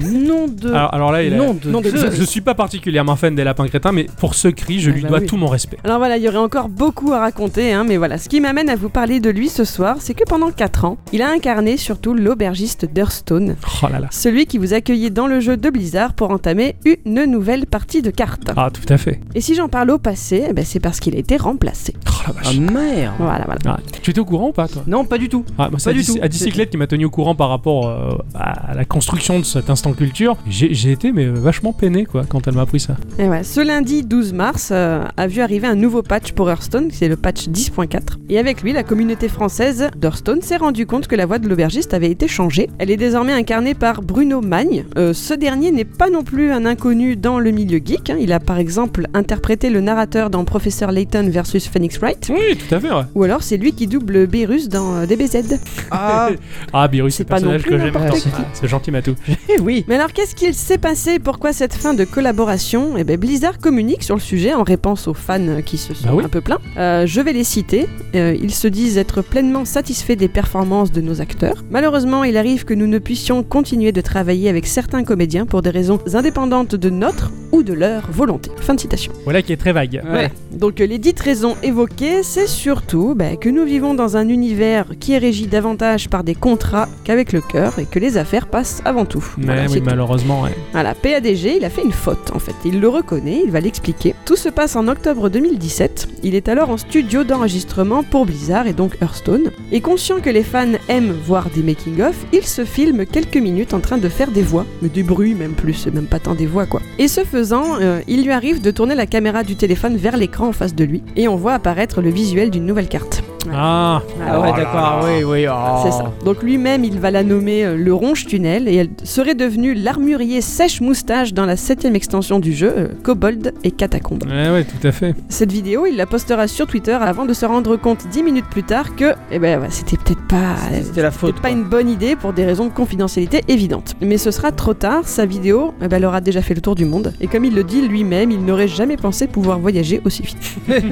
Nom de.
alors, alors là il a-
Nom de.
nom de-
je, je suis pas particulièrement fan des lapins crétins mais pour ce cri je
Ah
lui
bah
dois
oui.
tout mon respect
Alors voilà, il y aurait encore beaucoup à raconter, hein, mais voilà, ce qui m'amène à vous parler de lui ce soir, c'est que pendant 4 ans, il a incarné surtout l'aubergiste d'Hearthstone,
oh là là
celui qui vous accueillait dans le jeu de Blizzard pour entamer une nouvelle partie de cartes.
ah tout à fait
Et si j'en parle au passé, eh ben, c'est parce qu'il a été remplacé.
oh la
Ah
vache
merde
Voilà, voilà.
Ah, tu étais au courant ou pas toi
Non, pas du tout.
Ah, moi, c'est
Pas du
Adic-
tout.
Adicyclette qui m'a tenu au courant par rapport euh, à la construction de cet instant culture. J'ai j'ai été mais euh, vachement peiné quoi quand elle m'a appris ça.
Et ouais, ce lundi 12 mars euh, a vu arriver un nouveau patch pour Hearthstone, c'est le patch 10.4. Et avec lui, la communauté française d'Hearthstone s'est rendue compte que la voix de l'aubergiste avait été changée. Elle est désormais incarnée par Bruno Magne. Euh, ce dernier n'est pas non plus un inconnu dans le milieu geek. hein. Il a par exemple interprété le narrateur dans Professeur Layton versus Phoenix Wright.
Oui, tout à fait. Ouais.
Ou alors c'est lui qui double Beerus dans euh, DBZ.
Ah,
Ah, Beerus, c'est
C'est pas non
personnage
plus
que j'aime tant.
n'importe
Ah, C'est gentil, Matou.
eh oui
Mais alors qu'est-ce qu'il s'est passé Pourquoi cette fin de collaboration Eh ben Blizzard communique sur le sujet en réponse aux fans qui se sont
Bah oui.
un peu plaints. Euh, je vais les citer. Euh, ils se disent être pleinement satisfaits des performances de nos acteurs. Malheureusement, il arrive que nous ne puissions continuer de travailler avec certains comédiens pour des raisons indépendantes de notre ou de leur volonté. Fin de citation.
Voilà qui est très vague.
Voilà. Donc euh, les dites raisons évoquées, c'est surtout bah, que nous vivons dans un univers qui est régi davantage par des contrats qu'avec le cœur et que les affaires passent avant tout.
Mais
Voilà,
oui,
c'est tout.
malheureusement. ouais.
Voilà, PADG, il a fait une faute en fait. Il le reconnaît, il va l'expliquer. Tout se passe en octobre 2017. Il est alors en studio d'enregistrement pour Blizzard et donc Hearthstone. Et conscient que les fans aiment voir des making-of, il se filme quelques minutes en train de faire des voix. Mais des bruits même plus, même pas tant des voix quoi. Et ce faisant, euh, il lui arrive de tourner la caméra du téléphone vers l'écran en face de lui. Et on voit apparaître le visuel d'une nouvelle carte.
Ah,
Ah ouais, d'accord, oui, oui. oh.
Oh C'est ça. Donc lui-même, il va la nommer euh, le Ronge Tunnel et elle serait devenue l'armurier sèche moustache dans la septième extension du jeu, euh, Kobold et Catacombe.
ouais, ouais, tout à fait.
Cette vidéo, il la postera sur Twitter avant de se rendre compte dix minutes plus tard que, eh ben, ouais, c'était peut-être pas.
Ah, C'était la faute.
C'était pas une bonne idée pour des raisons de confidentialité évidentes. Mais ce sera trop tard, sa vidéo, eh ben, elle aura déjà fait le tour du monde. Et comme il le dit lui-même, il n'aurait jamais pensé pouvoir voyager aussi vite.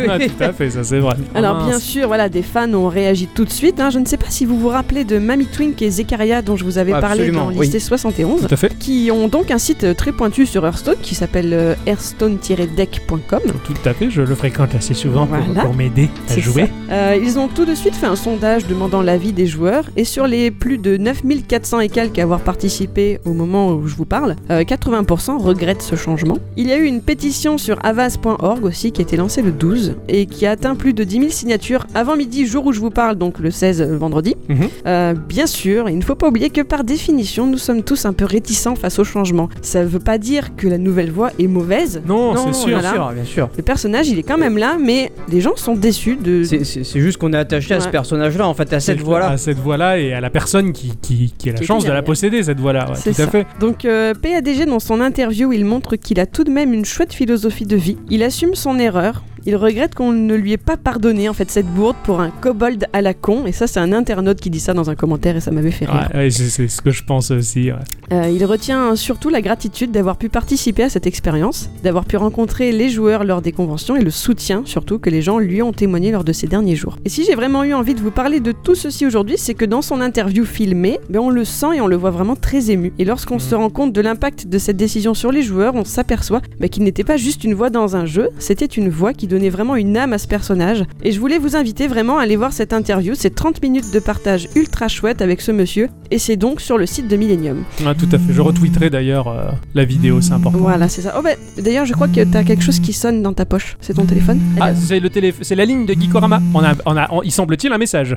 Ah, tout à fait, ça c'est vrai.
Alors
Ah,
bien sûr, voilà, des fans ont réagi tout de suite. hein. Je ne sais pas si vous vous rappelez de Mamie Twink et Zekaria dont je vous avais parlé
Absolument,
dans
oui.
l'IST 71
Tout à fait,
qui ont donc un site euh, très pointu sur Hearthstone qui s'appelle euh, hearthstone-deck.com.
tout à fait, je le fréquente assez souvent pour-
Voilà.
pour, m'aider à
C'est
jouer.
ça. Euh, ils ont tout de suite fait un sondage demandant l'avis des joueurs et sur les plus de 9400 et quelques à avoir participé au moment où je vous parle, euh, 80% regrettent ce changement. Il y a eu une pétition sur avas.org aussi qui a été lancée le 12 et qui a atteint plus de 10 000 signatures avant midi, jour où je vous parle, donc le 16 euh, vendredi.
Mhm.
Euh, bien sûr, il ne faut pas oublier que par définition, nous sommes tous un peu réticents face au changement. Ça ne veut pas dire que la nouvelle voie est mauvaise.
Non,
non,
c'est sûr.
voilà.
bien sûr, bien sûr.
Le personnage, il est quand même là, mais les gens sont déçus de,
C'est- C'est c'est juste qu'on est attaché à ce
Ouais.
personnage-là, en fait, à cette voix-là.
À cette voix-là et à la personne qui, qui, qui a la
Qui est
chance de la
derrière.
posséder, cette voix-là. ouais,
C'est
tout à
ça.
fait.
Donc euh, PADG dans son interview, il montre qu'il a tout de même une chouette philosophie de vie. Il assume son erreur. Il regrette qu'on ne lui ait pas pardonné en fait cette bourde pour un kobold à la con. Et ça, c'est un internaute qui dit ça dans un commentaire et ça m'avait fait rire.
Ouais, ouais, c'est c'est ce que je pense aussi. ouais.
Euh, il retient surtout la gratitude d'avoir pu participer à cette expérience, d'avoir pu rencontrer les joueurs lors des conventions et le soutien surtout que les gens lui ont témoigné lors de ces derniers jours. Et si j'ai vraiment eu envie de vous parler de tout ceci aujourd'hui, c'est que dans son interview filmée, ben, on le sent et on le voit vraiment très ému. Et lorsqu'on se rend compte de l'impact de cette décision sur les joueurs, on s'aperçoit ben, qu'il n'était pas juste une voix dans un jeu, c'était une voix qui donnait vraiment une âme à ce personnage. Et je voulais vous inviter vraiment à aller voir cette interview, c'est 30 minutes de partage ultra chouette avec ce monsieur, et c'est donc sur le site de Millennium.
Ouais, Ah, tout à fait. Je retweeterai d'ailleurs euh, la vidéo, c'est important.
Voilà, c'est ça. Oh, bah, d'ailleurs, je crois que t'as quelque chose qui sonne dans ta poche. C'est ton téléphone Eh ben,
Ah, c'est le télé- c'est la ligne de Gikorama. On a, on a, on- il semble-t-il un message.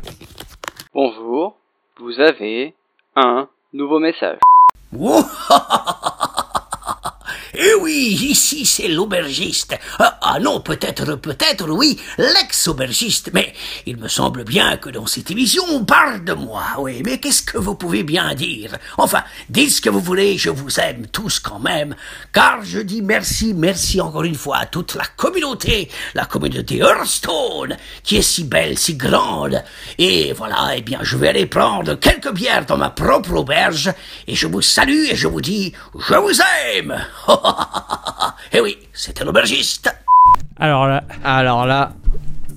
Bonjour, vous avez un nouveau message.
Eh oui, ici c'est l'aubergiste. Ah, ah non, peut-être, peut-être, oui, l'ex-aubergiste. Mais il me semble bien que dans cette émission, on parle de moi. Oui, mais qu'est-ce que vous pouvez bien dire Enfin, dites ce que vous voulez, je vous aime tous quand même. Car je dis merci, merci encore une fois à toute la communauté, la communauté Hearthstone, qui est si belle, si grande. Et voilà, eh bien, je vais aller prendre quelques bières dans ma propre auberge. Et je vous salue et je vous dis, je vous aime Eh oui, c'était l'aubergiste
Alors là,
Alors là,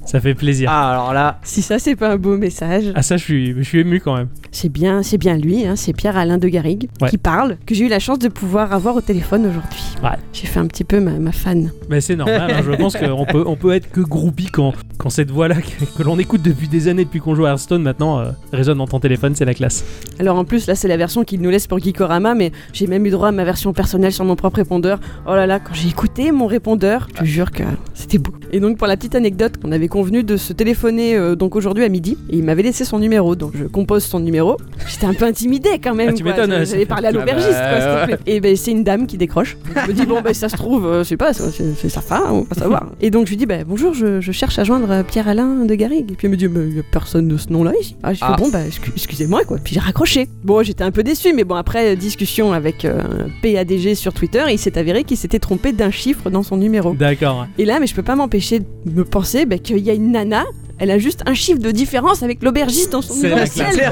ça fait plaisir. Ah,
ah, alors là,
Si ça, c'est pas un beau message.
ça, je suis, je suis ému quand même.
C'est bien, c'est bien lui, hein, c'est Pierre-Alain de Garrigue
Ouais.
qui parle, que j'ai eu la chance de pouvoir avoir au téléphone aujourd'hui.
Ouais.
J'ai fait un petit peu ma, ma fan.
Mais c'est normal. hein, je pense qu'on peut, on peut être que groupie quand, quand cette voix-là que, que l'on écoute depuis des années, depuis qu'on joue à Hearthstone, maintenant euh, résonne dans ton téléphone, c'est la classe.
Alors en plus, là, c'est la version qu'il nous laisse pour Geekorama, mais j'ai même eu droit à ma version personnelle sur mon propre répondeur. Oh là là, quand j'ai écouté mon répondeur, je te jure que c'était beau. Et donc pour la petite anecdote, on avait convenu de se téléphoner euh, donc aujourd'hui à midi, et il m'avait laissé son numéro, donc je compose son numéro. J'étais un peu intimidée quand même.
Ah, tu
quoi.
m'étonnes,
Je-
c'est-
J'allais parler à
Ah bah,
l'aubergiste, quoi, s'il te plaît. Et ben c'est une dame qui décroche. Donc, je me dis bon ben ça se trouve, euh, je sais pas, c'est- c'est c'est sa femme, on va savoir. Et donc je lui dis ben bonjour, je, je cherche à joindre euh, Pierre-Alain de Garrigue. Et puis elle me dit mais il y a personne de ce nom-là ici. Ah, je
Ah.
bon bah excu- excusez-moi quoi. Puis j'ai raccroché. Bon j'étais un peu déçu, mais bon après euh, discussion avec euh, PADG sur Twitter, il s'est avéré qu'il s'était trompé d'un chiffre dans son numéro.
D'accord.
Et là mais je peux pas m'empêcher de me penser ben, qu'il y a une nana. Elle a juste un chiffre de différence avec l'aubergiste dans son
C'est
numéro
la
de ciel,
classe.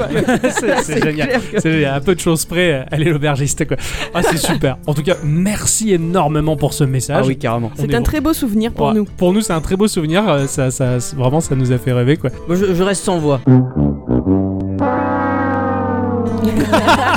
quoi.
C'est- c'est génial.
clair que-
C'est à peu de choses près, euh, elle est l'aubergiste quoi. Ah c'est super. En tout cas, merci énormément pour ce message.
Ah oui, carrément.
On
C'est
est
un
bon.
très beau souvenir pour
Ouais.
nous.
Pour nous, c'est un très beau souvenir. euh, Ça, ça, c'est- vraiment, ça nous a fait rêver quoi.
Moi, je, je reste sans voix.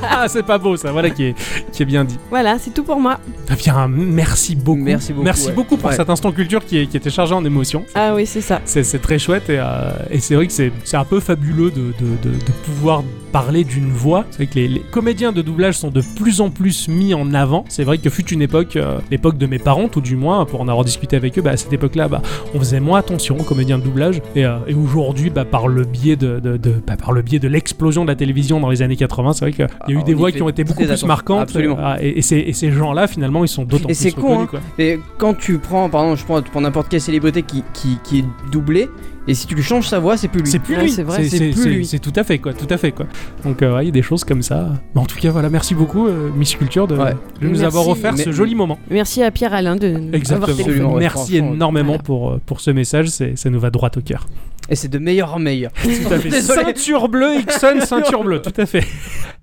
Ah, c'est pas beau ça. Voilà qui est, qui est bien dit.
Voilà, c'est tout pour moi.
Eh bien, merci beaucoup.
Merci beaucoup, ouais.
pour
Ouais.
cet instant culture qui, est- qui était chargé en émotions.
Ah oui, c'est ça.
C'est c'est très chouette et, euh, et c'est vrai que c'est c'est un peu fabuleux de, de- de- de pouvoir parler d'une voix. C'est vrai que les, les comédiens de doublage sont de plus en plus mis en avant. C'est vrai que fut une époque, euh, l'époque de mes parents, tout du moins, pour en avoir discuté avec eux, bah, à cette époque-là, bah, on faisait moins attention aux comédiens de doublage. Et, euh, et aujourd'hui, bah, par le biais de, de- de- bah, par le biais de l'explosion de la télévision dans les années 80, c'est vrai qu'il y a eu
Ah,
des
on y
voix
fait
qui ont été beaucoup
très
plus
attention.
marquantes.
Absolument.
Ah, et, et ces, et ces gens-là, finalement, ils sont d'autant
Et
plus
c'est con,
reconnus,
hein.
quoi.
Et quand tu prends, pardon, je prends, tu prends n'importe quelle célébrité qui, qui, qui est doublée, et si tu lui changes sa voix, c'est plus lui.
C'est plus
Ouais,
lui.
c'est vrai,
c'est
c'est-
plus
c'est-
lui.
C'est tout à fait quoi, tout à fait quoi. Donc euh, ouais, il y a des choses comme ça. Mais en tout cas, voilà, merci beaucoup euh, Miss Culture de,
Ouais.
de nous
Merci.
avoir offert
Mais-
ce joli moment.
Merci à Pierre Alain de nous
Exactement.
avoir téléphoné.
Absolument, ouais,
merci
franchement,
énormément
voilà.
pour euh, pour ce message, c'est- ça nous va droit au cœur.
Et c'est de meilleur en meilleur.
Tout à fait.
Désolé.
Ceinture bleue, Ixon, ceinture bleue, tout à fait.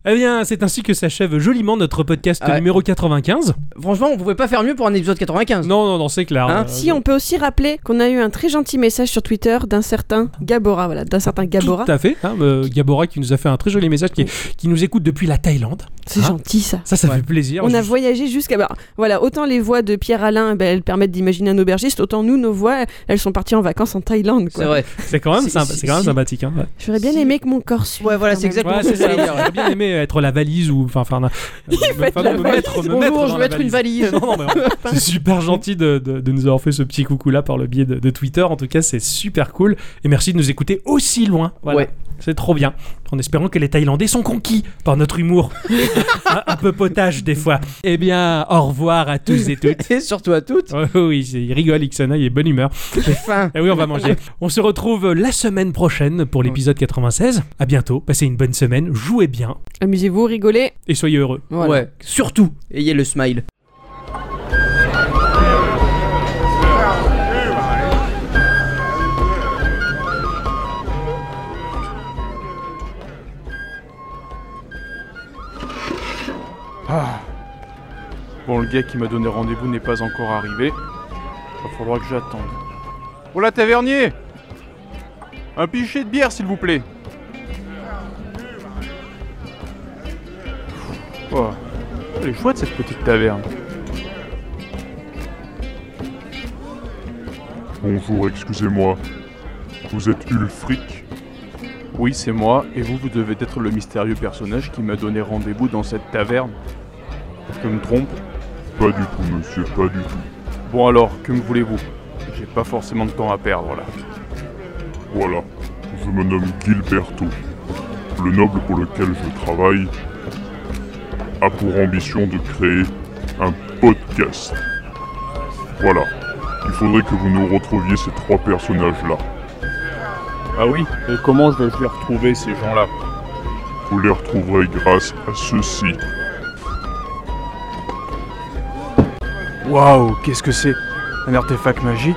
Eh bien, c'est ainsi que s'achève joliment notre podcast
Ah ouais.
numéro 95.
Franchement, on pouvait pas faire mieux pour un épisode 95.
Non, non, non, c'est clair.
Hein
Euh,
Si on peut aussi rappeler qu'on a eu un très gentil message sur Twitter d'un certain Gabora, voilà, d'un certain Gabora.
Tout à fait. hein, euh, Gabora qui nous a fait un très joli message, qui, qui nous écoute depuis la Thaïlande.
C'est
Hein
gentil ça.
Ça, ça
Ouais.
fait plaisir.
On a
Juste-
voyagé jusqu'à. bah, voilà, autant les voix de Pierre Alain, ben, elles permettent d'imaginer un aubergiste, autant nous, nos voix, elles sont parties en vacances en Thaïlande.
C'est
Quoi.
vrai.
C'est quand même,
Si,
sympa-
si,
c'est quand même
si.
sympathique. Hein, ouais.
J'aurais bien
Si.
aimé que mon corps suive.
Ouais, voilà,
quand
c'est
même.
exactement
Ouais,
ce que
c'est
je
ça.
voulais dire.
J'aurais bien aimé être la valise ou enfin faire. un-
fait
Enfin,
la
me
valise.
mettre, me mettre
Bonjour, je
dans
vais
la
être une
valise.
valise.
Non, non, mais on- c'est super gentil de, de- de nous avoir fait ce petit coucou là par le biais de, de Twitter. En tout cas, c'est super cool. Et merci de nous écouter aussi loin. Voilà.
Ouais.
C'est trop bien. En espérant que les Thaïlandais sont conquis par notre humour. un, un peu potage des fois. Eh bien, au revoir à tous et toutes.
Et surtout à toutes,
Oh, oui, c'est- il rigole, Ixana, il est bonne humeur.
j'ai faim.
Et oui, on va manger. On se retrouve la semaine prochaine pour l'épisode 96. À bientôt. Passez une bonne semaine. Jouez bien.
Amusez-vous, rigolez.
Et soyez heureux.
Voilà.
Ouais, surtout, ayez le smile.
Bon, le gars qui m'a donné rendez-vous n'est pas encore arrivé. Va falloir que j'attende. Oh là, tavernier Un pichet de bière, s'il vous plaît. Oh, elle est chouette cette petite taverne.
Bonjour, excusez-moi. Vous êtes Ulfric
Oui, c'est moi, et vous, vous devez être le mystérieux personnage qui m'a donné rendez-vous dans cette taverne. Je me trompe
Pas du tout, monsieur, pas du tout.
Bon alors, que me voulez-vous J'ai pas forcément de temps à perdre là.
Voilà, je me nomme Gilberto. Le noble pour lequel je travaille a pour ambition de créer un podcast. Voilà, il faudrait que vous nous retrouviez ces trois personnages-là.
Ah oui Et comment je vais les retrouver ces gens-là
Vous les retrouverez grâce à ceci.
Waouh, qu'est-ce que c'est Un artefact magique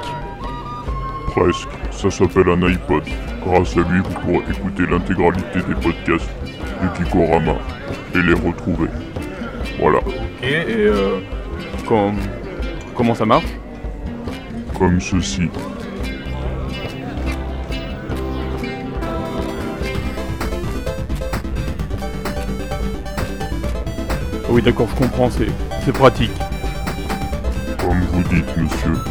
Presque, ça s'appelle un iPod. Grâce à lui, vous pourrez écouter l'intégralité des podcasts du Kikorama et les retrouver. Voilà,
Ok, et euh... com- Comment ça marche
comme ceci.
Ah Oui d'accord, je comprends, c'est... c'est pratique.
Comme vous dites, monsieur.